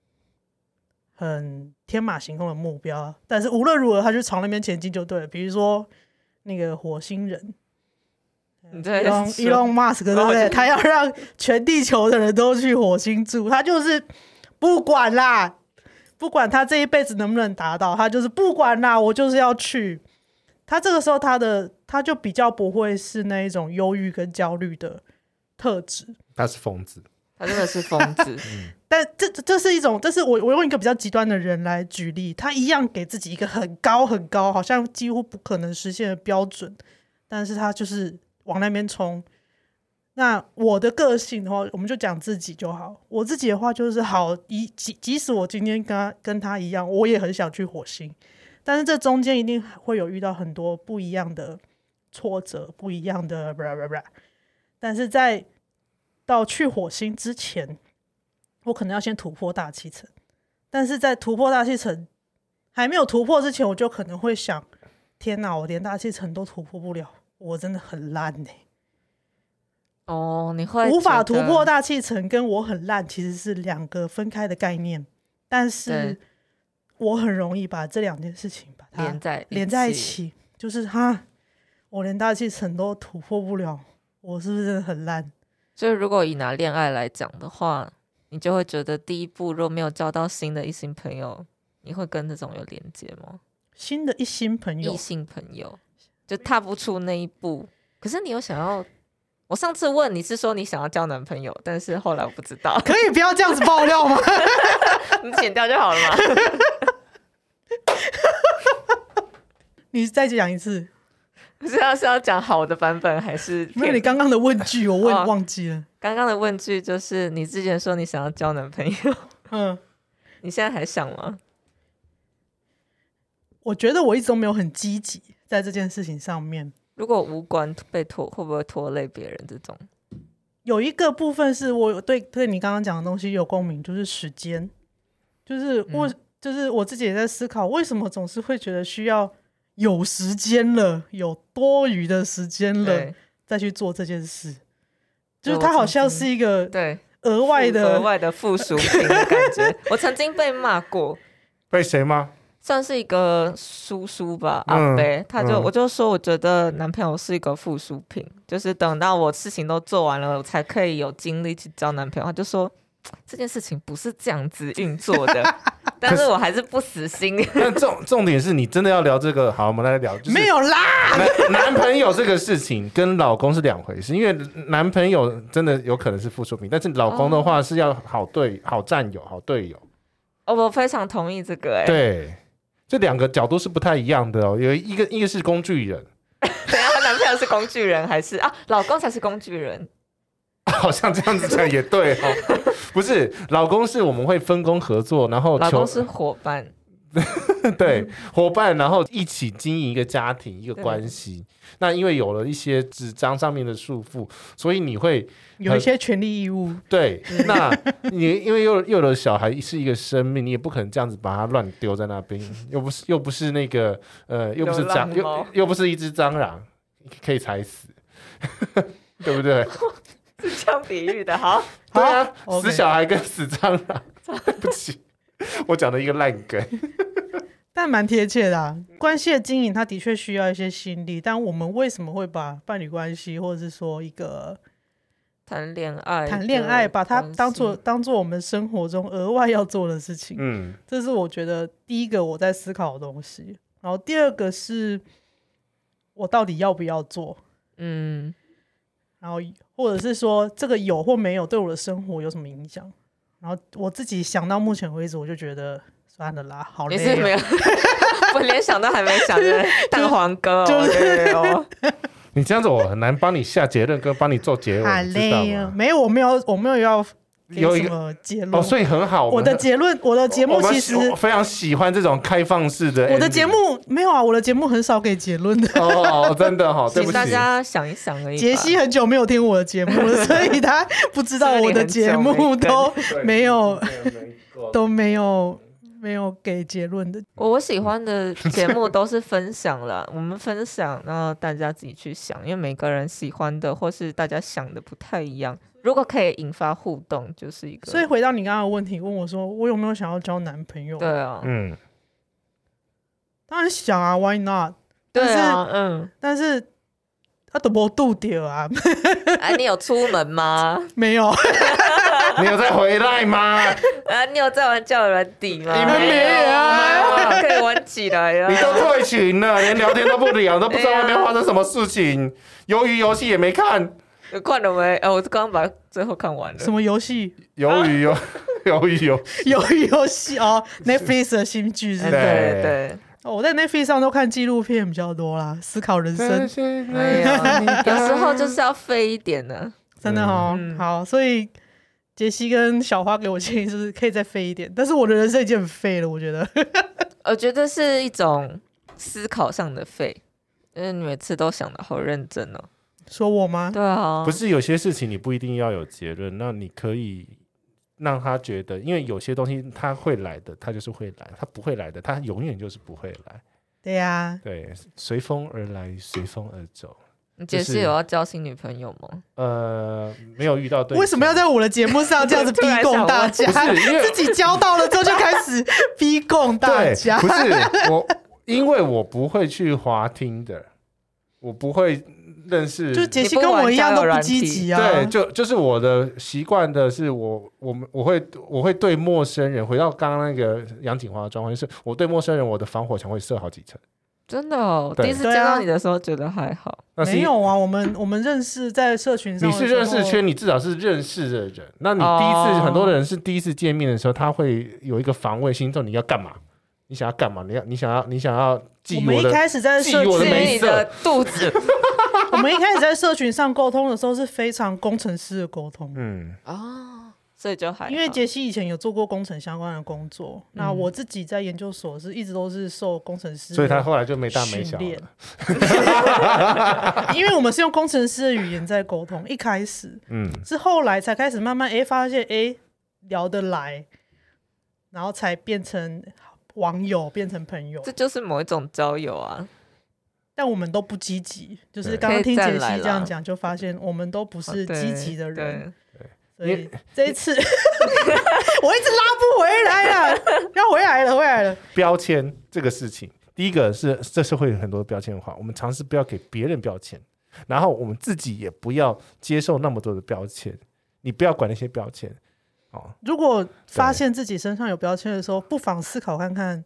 Speaker 2: 很天马行空的目标，但是无论如何，他就朝那边前进就对了。比如说那个火星人，
Speaker 3: 你这
Speaker 2: 伊隆伊隆马斯克对不对？他要让全地球的人都去火星住，他就是不管啦，不管他这一辈子能不能达到，他就是不管啦，我就是要去。他这个时候，他的他就比较不会是那一种忧郁跟焦虑的特质，
Speaker 1: 他是疯子。
Speaker 3: 他真的是疯 子。
Speaker 2: 但这这这是一种，这是我我用一个比较极端的人来举例，他一样给自己一个很高很高，好像几乎不可能实现的标准，但是他就是往那边冲。那我的个性的话，我们就讲自己就好。我自己的话就是好，一即即使我今天跟他跟他一样，我也很想去火星，但是这中间一定会有遇到很多不一样的挫折，不一样的 blah blah blah。但是在到去火星之前，我可能要先突破大气层，但是在突破大气层还没有突破之前，我就可能会想：天哪，我连大气层都突破不了，我真的很烂呢、
Speaker 3: 哦，你会
Speaker 2: 无法突
Speaker 3: 觉得
Speaker 2: 破大气层跟我很烂其实是两个分开的概念，但是
Speaker 3: 对
Speaker 2: 我很容易把这两件事情把它
Speaker 3: 连在
Speaker 2: 连在一，起，就是哈，我连大气层都突破不了，我是不是真的很烂？
Speaker 3: 所以如果以拿恋爱来讲的话，你就会觉得第一步若没有交到新的异性朋友，你会跟这种有连接吗？
Speaker 2: 新的一新 朋友，
Speaker 3: 异性朋友就踏不出那一步。可是你有想要，我上次问你是说你想要交男朋友，但是后来我不知 道
Speaker 2: 可以不要这样子爆料吗？
Speaker 3: 你剪掉就好了嘛。
Speaker 2: 你再讲一次。
Speaker 3: 不知道是要讲好的版本还是
Speaker 2: 没有，你刚刚的问句我
Speaker 3: 哦
Speaker 2: 问忘记了。
Speaker 3: 刚刚的问句就是你之前说你想要交男朋友，
Speaker 2: 嗯，
Speaker 3: 你现在还想吗？
Speaker 2: 我觉得我一直都没有很积极在这件事情上面。
Speaker 3: 如果无关被拖，会不会拖累别人？这种
Speaker 2: 有一个部分是我有对对你刚刚讲的东西有共鸣，就是时间，就是
Speaker 3: 嗯
Speaker 2: 我、就是我自己也在思考，为什么总是会觉得需要有时间了，有多余的时间了
Speaker 3: 对
Speaker 2: 再去做这件事，就
Speaker 3: 对
Speaker 2: 是
Speaker 3: 我
Speaker 2: 它好
Speaker 3: 曾
Speaker 2: 像
Speaker 3: 经
Speaker 2: 是一个
Speaker 3: 对，
Speaker 2: 额外
Speaker 3: 额
Speaker 2: 的
Speaker 3: 外的附属品的感 觉。我曾经被骂过，
Speaker 1: 被谁吗？
Speaker 3: 算是一个叔叔吧，
Speaker 1: 嗯
Speaker 3: 阿伯，他就、
Speaker 1: 嗯
Speaker 3: 我就说，我觉得男朋友是一个附属品，就是等到我事情都做完了，我才可以有精力去交男朋友。他就说，这件事情不是这样子运作 的，但是我还是不死心。
Speaker 1: 但重重点是你真的要聊这个，好，我们来聊，就是
Speaker 2: 没有啊啦，
Speaker 1: 男男朋友这个事情跟老公是两回事，因为男朋友真的有可能是附属品，但是老公的话是要好队、好战友、好队友，
Speaker 3: 哦，我非常同意这个、哎，
Speaker 1: 对，这两个角度是不太一样的哦。有一个一个是工具人，
Speaker 3: 等一下她男朋友是工具人还是啊？老公才是工具人。
Speaker 1: 好像这样子讲也对哦，不是，老公是我们会分工合作，然后
Speaker 3: 老
Speaker 1: 哦求
Speaker 3: 公是伙伴，
Speaker 1: 对伙伴，然后一起经营一个家庭、一个关系。那因为有了一些纸张上面的束缚，所以你会
Speaker 2: 有一些权利义务，
Speaker 1: 对，
Speaker 2: 嗯
Speaker 1: 那你因为又又有小孩是一个生命，你也不可能这样子把它乱丢在那边，又不是又不是那个呃，又不是
Speaker 3: 流浪
Speaker 1: 蟑又
Speaker 3: 猫
Speaker 1: 又不是一只蟑螂可以踩死， 对不对？
Speaker 3: 是这样比喻的。好，
Speaker 1: 对啊，
Speaker 2: 好
Speaker 1: 死
Speaker 2: OK
Speaker 1: 小孩跟死蟑螂， 对不起，我讲的一个烂梗，
Speaker 2: 但蛮贴切的、啊。关系的经营，它的确需要一些心力，但我们为什么会把伴侣关系，或者是说一个
Speaker 3: 谈恋爱，
Speaker 2: 谈恋爱，把它当做当做我们生活中额外要做的事情？
Speaker 1: 嗯，
Speaker 2: 这是我觉得第一个我在思考的东西。然后第二个是，我到底要不要做？
Speaker 3: 嗯，
Speaker 2: 然后或者是说这个有或没有对我的生活有什么影响？然后我自己想到目前为止，我就觉得算了啦，好
Speaker 3: 也是没
Speaker 2: 累、
Speaker 3: 有
Speaker 2: 哦。，
Speaker 3: 我连想都还没想的蛋黄哥、哦，
Speaker 2: 就是
Speaker 3: 对哦，
Speaker 1: 你这样子我很难帮你下结论跟帮你做结
Speaker 2: 好
Speaker 1: 尾，你知道
Speaker 2: 累哦，
Speaker 1: 吗？
Speaker 2: 没有，我没有，我没有要给
Speaker 1: 有一
Speaker 2: 什
Speaker 1: 个
Speaker 2: 么结论。
Speaker 1: 哦，所以很好，
Speaker 2: 我
Speaker 1: 们
Speaker 2: 的
Speaker 1: 很
Speaker 2: 结论，我的节目
Speaker 1: 我们哦
Speaker 2: 其实，
Speaker 1: 我非常喜欢这种开放式的 ending，
Speaker 2: 我的节目没有啊，我的节目很少给结论的。
Speaker 1: 哦哦，哦真的哈，对
Speaker 3: 请
Speaker 1: 不起
Speaker 3: 大。家想一想而 已吧。
Speaker 2: 杰西很久没有听我的节 目了，所以他不知道我的节目都 没有都没有没有给结论的。
Speaker 3: 我我喜欢的节目都是分享了， 我们分享，然后大家自己去想，因为每个人喜欢的或是大家想的不太一样。如果可以引发互动，就是一个。
Speaker 2: 所以回到你刚刚的问题，问我说我有没有想要交男朋友？
Speaker 3: 对啊，
Speaker 1: 嗯，
Speaker 2: 当然想啊，Why not？
Speaker 3: 对啊， 嗯，
Speaker 2: 但是他都没度掉啊，
Speaker 3: 哎、你有出门吗？
Speaker 2: 没有，
Speaker 1: 你有再回来吗？
Speaker 3: 啊，你有在玩叫人底吗？
Speaker 1: 你们没有啊
Speaker 3: 没有可以玩起来 啊
Speaker 1: 你。都退群了，连聊天都不聊，都不知道外面发生什么事情。鱿鱼游戏也没看，
Speaker 3: 有看了没？呃，我刚刚把最后看完了
Speaker 2: 什。么游戏？
Speaker 1: 鱿鱼游鱿鱼游，
Speaker 2: 游游戏哦，Netflix 的新剧是不是？
Speaker 3: 哎
Speaker 1: 对
Speaker 3: 对对，
Speaker 2: 哦我在 Netflix 上都看纪录片比较多啦，思考人生，
Speaker 3: 哎 呀，有时候就是要飞一点呢。
Speaker 2: 真的哦。
Speaker 3: 嗯
Speaker 2: 好，所以杰西跟小花给我建议就是可以再飞一点，但是我的人生已经很废了，我觉得。
Speaker 3: 我觉得是一种思考上的废，因为你每次都想的好认真哦。
Speaker 2: 说我吗？
Speaker 3: 对啊，
Speaker 1: 不是有些事情你不一定要有结论，那你可以让他觉得，因为有些东西他会来的，他就是会来；他不会来的，他永远就是不会来。
Speaker 2: 对呀、
Speaker 1: 对，随风而来，随风而走。
Speaker 3: 你解
Speaker 1: 就
Speaker 3: 释
Speaker 1: 是
Speaker 3: 有要交新女朋友吗？
Speaker 1: 呃，没有遇到对，
Speaker 2: 为什么要？在我的节目上这样子逼
Speaker 3: 突然想
Speaker 2: 供大
Speaker 3: 问
Speaker 2: 家？
Speaker 1: 不是因为
Speaker 2: 自己交到了之后就开始逼供大
Speaker 1: 对，
Speaker 2: 家
Speaker 1: 不。是我，因为我不会去滑听的，我不会认识。
Speaker 2: 就杰西跟我一样都不积极啊。
Speaker 1: 对，就就是我的习惯的是我，我们我会我会对陌生人，回到刚刚那个杨景华的状况，就是我对陌生人我的防火墙会设好几层。
Speaker 3: 真的哦，
Speaker 1: 对
Speaker 3: 第一次见到你的时候觉得还好，
Speaker 1: 那是
Speaker 2: 没
Speaker 1: 因
Speaker 2: 有啊，我们我们认识在社群上
Speaker 1: 你
Speaker 2: 的时
Speaker 1: 是
Speaker 2: 候，
Speaker 1: 认识圈，你至少是认识的人。那你第一次、
Speaker 3: 哦
Speaker 1: 很多人是第一次见面的时候，他会有一个防卫心，说你要干嘛？你想要干嘛？你要你想要你想要
Speaker 2: 我
Speaker 1: 觊觎
Speaker 2: 们
Speaker 1: 我
Speaker 2: 一
Speaker 1: 的
Speaker 2: 开始在社
Speaker 1: 啊记我的
Speaker 2: 群，
Speaker 1: 没
Speaker 3: 你的肚子
Speaker 2: 我们一开始在社群上沟通的时候是非常工程师的沟通，
Speaker 1: 嗯
Speaker 3: 哦，所以就还好嗯
Speaker 2: 因为杰西以前有做过工程相关的工作，那我自己在研究所是一直都是受工程师的，
Speaker 1: 所以他后来就没大没小
Speaker 2: 训练
Speaker 1: 了。
Speaker 2: 因为我们是用工程师的语言在沟通，一开始
Speaker 1: 嗯，
Speaker 2: 是后来才开始慢慢诶发现诶聊得来，然后才变成网友，变成朋友
Speaker 3: 这，就是某一种交友啊，
Speaker 2: 但我们都不积极，就是
Speaker 1: 对
Speaker 2: 刚刚听杰
Speaker 3: 可
Speaker 2: 西
Speaker 3: 以再来啦哦
Speaker 2: 这样讲，就发现我们都不是
Speaker 3: 对
Speaker 2: 积极的人。，所
Speaker 1: 因
Speaker 2: 以这一次 我一直拉不回来 了，要回来了，回来了。
Speaker 1: 标签这个事情，第一个是这社会有很多标签化，我们尝试不要给别人标签，然后我们自己也不要接受那么多的标签。你不要管那些标签，哦，
Speaker 2: 如果发现自己身上有标签的时候，不妨思考看看，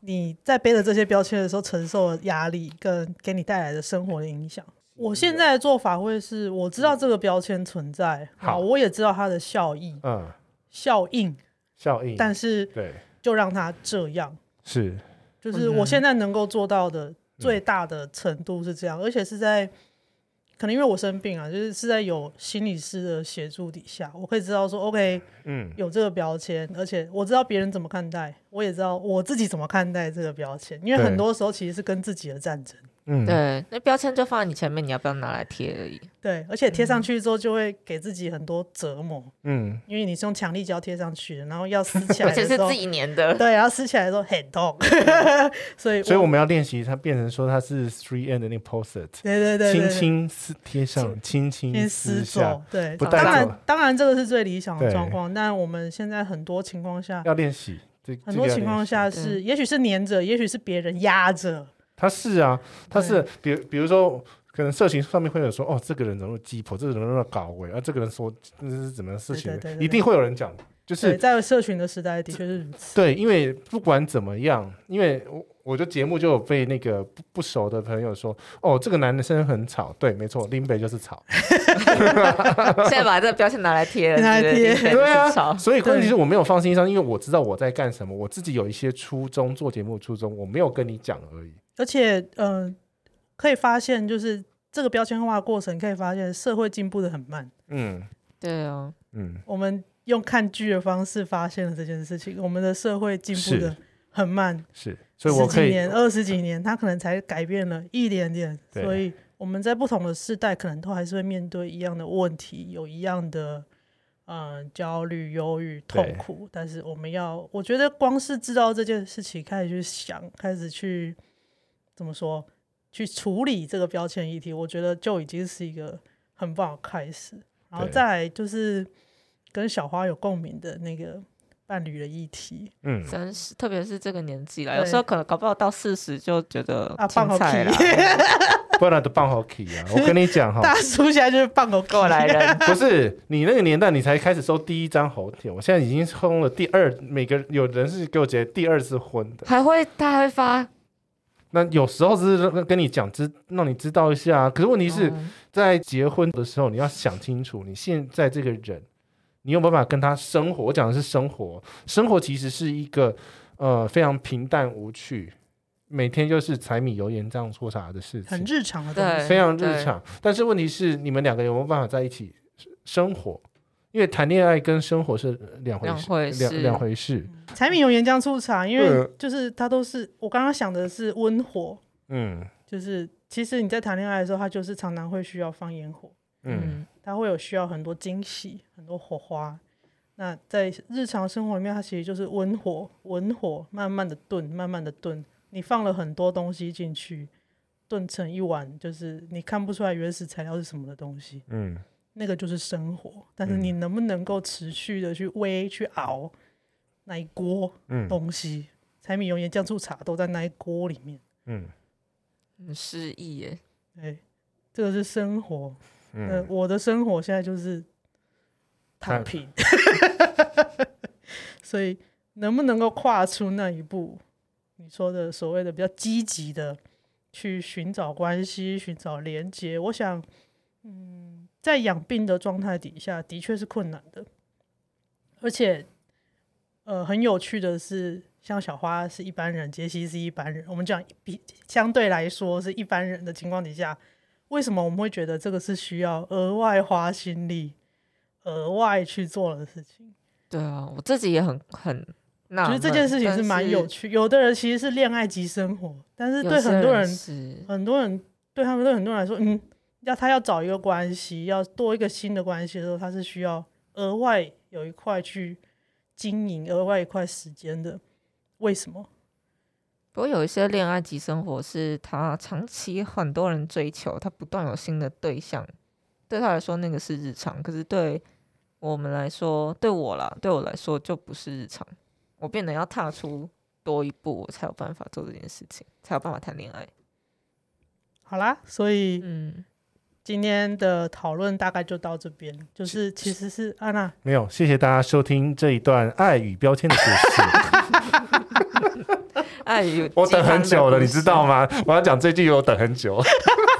Speaker 2: 你在背着这些标签的时候承受的压力跟给你带来的生活的影响。我现在的做法会是，我知道这个标签存在，
Speaker 1: 好
Speaker 2: 好，我也知道它的效益
Speaker 1: 嗯，
Speaker 2: 效应，
Speaker 1: 效应，
Speaker 2: 但是
Speaker 1: 对，
Speaker 2: 就让它这样。
Speaker 1: 是
Speaker 2: 就是
Speaker 1: 嗯
Speaker 2: 我现在能够做到的最大的程度是这样，而且是在可能因为我生病啊，就是是在有心理师的协助底下，我可以知道说，OK，
Speaker 1: 嗯，
Speaker 2: 有这个标签，而且我知道别人怎么看待，我也知道我自己怎么看待这个标签，因为
Speaker 1: 对
Speaker 2: 很多时候其实是跟自己的战争。
Speaker 1: 嗯，
Speaker 3: 对，那标签就放在你前面，你要不要拿来贴而已。
Speaker 2: 对，而且贴上去之后就会给自己很多折磨，
Speaker 1: 嗯，
Speaker 2: 因为你是用强力胶贴上去的，然后要撕起来
Speaker 3: 而
Speaker 2: 的
Speaker 3: 且是
Speaker 2: 时候
Speaker 3: 自，己粘 的，
Speaker 2: 对，然后撕起来的时候很痛， 所以
Speaker 1: 嗯所以我们要练习它变成说它是 three n 的那个 post，
Speaker 2: 对对对对
Speaker 1: 轻
Speaker 2: 对
Speaker 1: 轻撕贴上，轻轻
Speaker 2: 先
Speaker 1: 撕
Speaker 2: 撕
Speaker 1: 下
Speaker 2: 走，，对，
Speaker 1: 不带
Speaker 2: 当
Speaker 1: 走
Speaker 2: 然当然这个是最理想的
Speaker 1: 对
Speaker 2: 状况，但我们现在很多情况下，
Speaker 1: 要练习。这
Speaker 2: 很多情况，下
Speaker 3: 对
Speaker 2: 是，也许是粘着，也许是别人压着，
Speaker 1: 他是啊，他是，比如比如说，可能社群上面会有说，哦，这个人怎么鸡婆，这个人怎么搞鬼，啊，这个人说这是怎么样的事情
Speaker 2: 对对对，对
Speaker 1: 一定会有人讲，就是
Speaker 2: 对，在社群的时代的确是如此，
Speaker 1: 对，因为不管怎么样，因为我我就节目就有被那个不不熟的朋友说，哦，这个男生很吵，对，没错，林北就是 吵，
Speaker 3: 现在把这个标签拿来贴了，
Speaker 2: 拿来
Speaker 3: 对不对
Speaker 2: 贴
Speaker 1: 对啊，
Speaker 3: 超
Speaker 1: 所以
Speaker 2: 对
Speaker 1: 问题是我没有放心上，因为我知道我在干什么，我自己有一些初衷，做节目初衷，我没有跟你讲而已，
Speaker 2: 而且嗯、呃可以发现就是这个标签化的过程，可以发现社会进步的很慢，
Speaker 1: 嗯
Speaker 3: 对哦，
Speaker 1: 嗯，
Speaker 2: 我们用看剧的方式发现了这件事情，我们的社会进步
Speaker 1: 是
Speaker 2: 的很慢，
Speaker 1: 是，所以我
Speaker 2: 十几
Speaker 1: 可以
Speaker 2: 年、二十几年，它可能才改变了一点点，
Speaker 1: 对
Speaker 2: 所以我们在不同的世代，可能都还是会面对一样的问题，有一样的嗯、呃焦虑、忧郁、
Speaker 1: 对
Speaker 2: 痛苦，但是我们要，我觉得光是知道这件事情，开始去想，开始去怎么说，去处理这个标签议题，我觉得就已经是一个很棒的开始。然后
Speaker 1: 对
Speaker 2: 再来就是跟小花有共鸣的那个伴侣的议题，
Speaker 1: 嗯，
Speaker 3: 真是，特别是这个年纪了，
Speaker 2: 对
Speaker 3: 有时候可能搞不好到四十就觉得
Speaker 2: 啊
Speaker 3: 青菜了
Speaker 2: 放，
Speaker 3: 嗯
Speaker 1: 不然都棒好 key 啊，我跟你讲哈。
Speaker 2: 大叔现在就是棒狗
Speaker 3: 过来 人，
Speaker 1: 不是你那个年代，你才开始收第一张红帖，我现在已经收了第二，每个有人是给我结第二次婚的，
Speaker 3: 还会他还会发，
Speaker 1: 那有时候只是让跟你讲，知让你知道一下啊。可是问题是、
Speaker 3: 嗯
Speaker 1: 在结婚的时候，你要想清楚，你现在这个人，你有没有办法跟他生活？我讲的是生活，生活其实是一个呃非常平淡无趣，每天就是柴米油盐酱醋茶的事
Speaker 2: 很
Speaker 1: 情，
Speaker 2: 日常的东西。
Speaker 3: 对
Speaker 1: 非常日常。但是问题是，你们两个有没有办法在一起生活？因为谈恋爱跟生活是两回
Speaker 3: 两
Speaker 1: 事，
Speaker 3: 回
Speaker 1: 两
Speaker 3: 事
Speaker 1: 两回事。
Speaker 2: 柴米油盐酱醋茶，因为
Speaker 1: 对
Speaker 2: 就是它都是我刚刚想的是温火，
Speaker 1: 嗯
Speaker 2: 就是其实你在谈恋爱的时候，它就是常常会需要放烟火，
Speaker 1: 嗯，
Speaker 3: 嗯，
Speaker 2: 它会有需要很多惊喜、很多火花。那在日常生活里面，它其实就是温火，文火慢慢的炖，慢慢的炖，你放了很多东西进去，炖成一碗就是你看不出来原始材料是什么的东西，
Speaker 1: 嗯，
Speaker 2: 那个就是生活。但是你能不能够持续的去煨、去熬那一锅，
Speaker 1: 嗯
Speaker 2: 东西，柴米油盐酱醋茶都在那一锅里面。
Speaker 1: 嗯
Speaker 3: 很失忆耶，
Speaker 2: 对，这个是生活。嗯、
Speaker 1: 嗯，
Speaker 2: 我的生活现在就是躺
Speaker 1: 躺
Speaker 2: 平， 所以能不能够跨出那一步，你说的所谓的比较积极的去寻找关系、寻找连接，我想，嗯，在养病的状态底下，的确是困难的，而且，呃，很有趣的是。像小花是一般人，杰西是一般人。我们讲比相对来说是一般人的情况底下，为什么我们会觉得这个是需要额外花心力、额外去做的事情？
Speaker 3: 对啊，我自己也很很纳
Speaker 2: 觉
Speaker 3: 闷，
Speaker 2: 得这件事情是蛮有趣。有的人其实是恋爱及生活，但是
Speaker 3: 但是
Speaker 2: 对很
Speaker 3: 有些
Speaker 2: 多人，
Speaker 3: 是，
Speaker 2: 很多人对他们对很多人来说，嗯，要他要找一个关系，要多一个新的关系的时候，他是需要额外有一块去经营，额外一块时间的。为什么？
Speaker 3: 不过有一些恋爱及生活是他长期很多人追求，他不断有新的对象，对他来说那个是日常，可是对我们来说，对我啦，对我来说就不是日常。我变得要踏出多一步，我才有办法做这件事情，才有办法谈恋爱。
Speaker 2: 好啦，所以
Speaker 3: 嗯，
Speaker 2: 今天的讨论大概就到这边，就是其实是安娜，
Speaker 1: 没有，谢谢大家收听这一段爱与标签的故 事。
Speaker 3: 爱与
Speaker 1: 我等很久了，你
Speaker 3: 饥
Speaker 1: 知道吗？我要讲这句，我等很久。
Speaker 3: 荒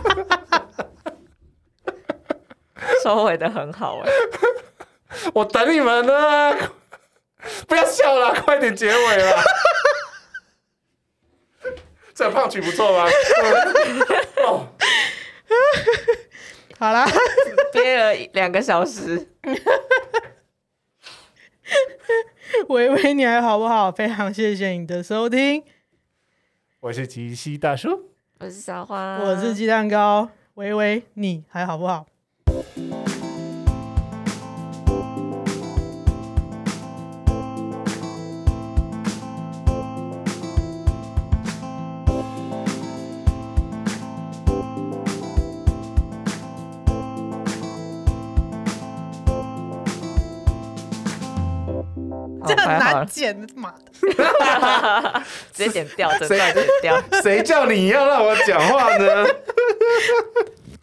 Speaker 3: 的故事 收尾的很好哎、
Speaker 1: 我等你们呢，不要笑了，快点结尾了。这胖曲不错吧？ 哦，
Speaker 2: 好啦，
Speaker 3: 憋了两个小时，
Speaker 2: 维维你还好不好？非常谢谢你的收听，
Speaker 1: 我是吉西大叔。
Speaker 3: 我是小花，
Speaker 2: 我是鸡蛋糕，维维你还好不好？
Speaker 1: 哦
Speaker 3: 好
Speaker 2: 这很
Speaker 3: 太好
Speaker 2: 难啊
Speaker 3: 了
Speaker 2: 剪，妈的！
Speaker 3: 直接剪 掉，整段剪掉。
Speaker 1: 谁叫你要让我讲话呢？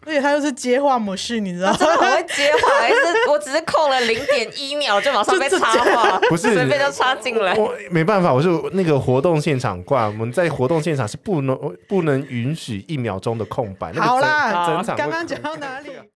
Speaker 2: 而且它又是接话模式，你知道吗？
Speaker 1: 哦
Speaker 3: 真的很会接话，还是我只是空了零点一秒就马上被插话，
Speaker 1: 不是
Speaker 3: 随便就插进来。
Speaker 1: 我没办法，我是那个活动现场挂，我们在活动现场是不能不能允许一秒钟的空白。那个
Speaker 2: 好啦
Speaker 1: 整整场会
Speaker 2: 刚刚讲到哪里？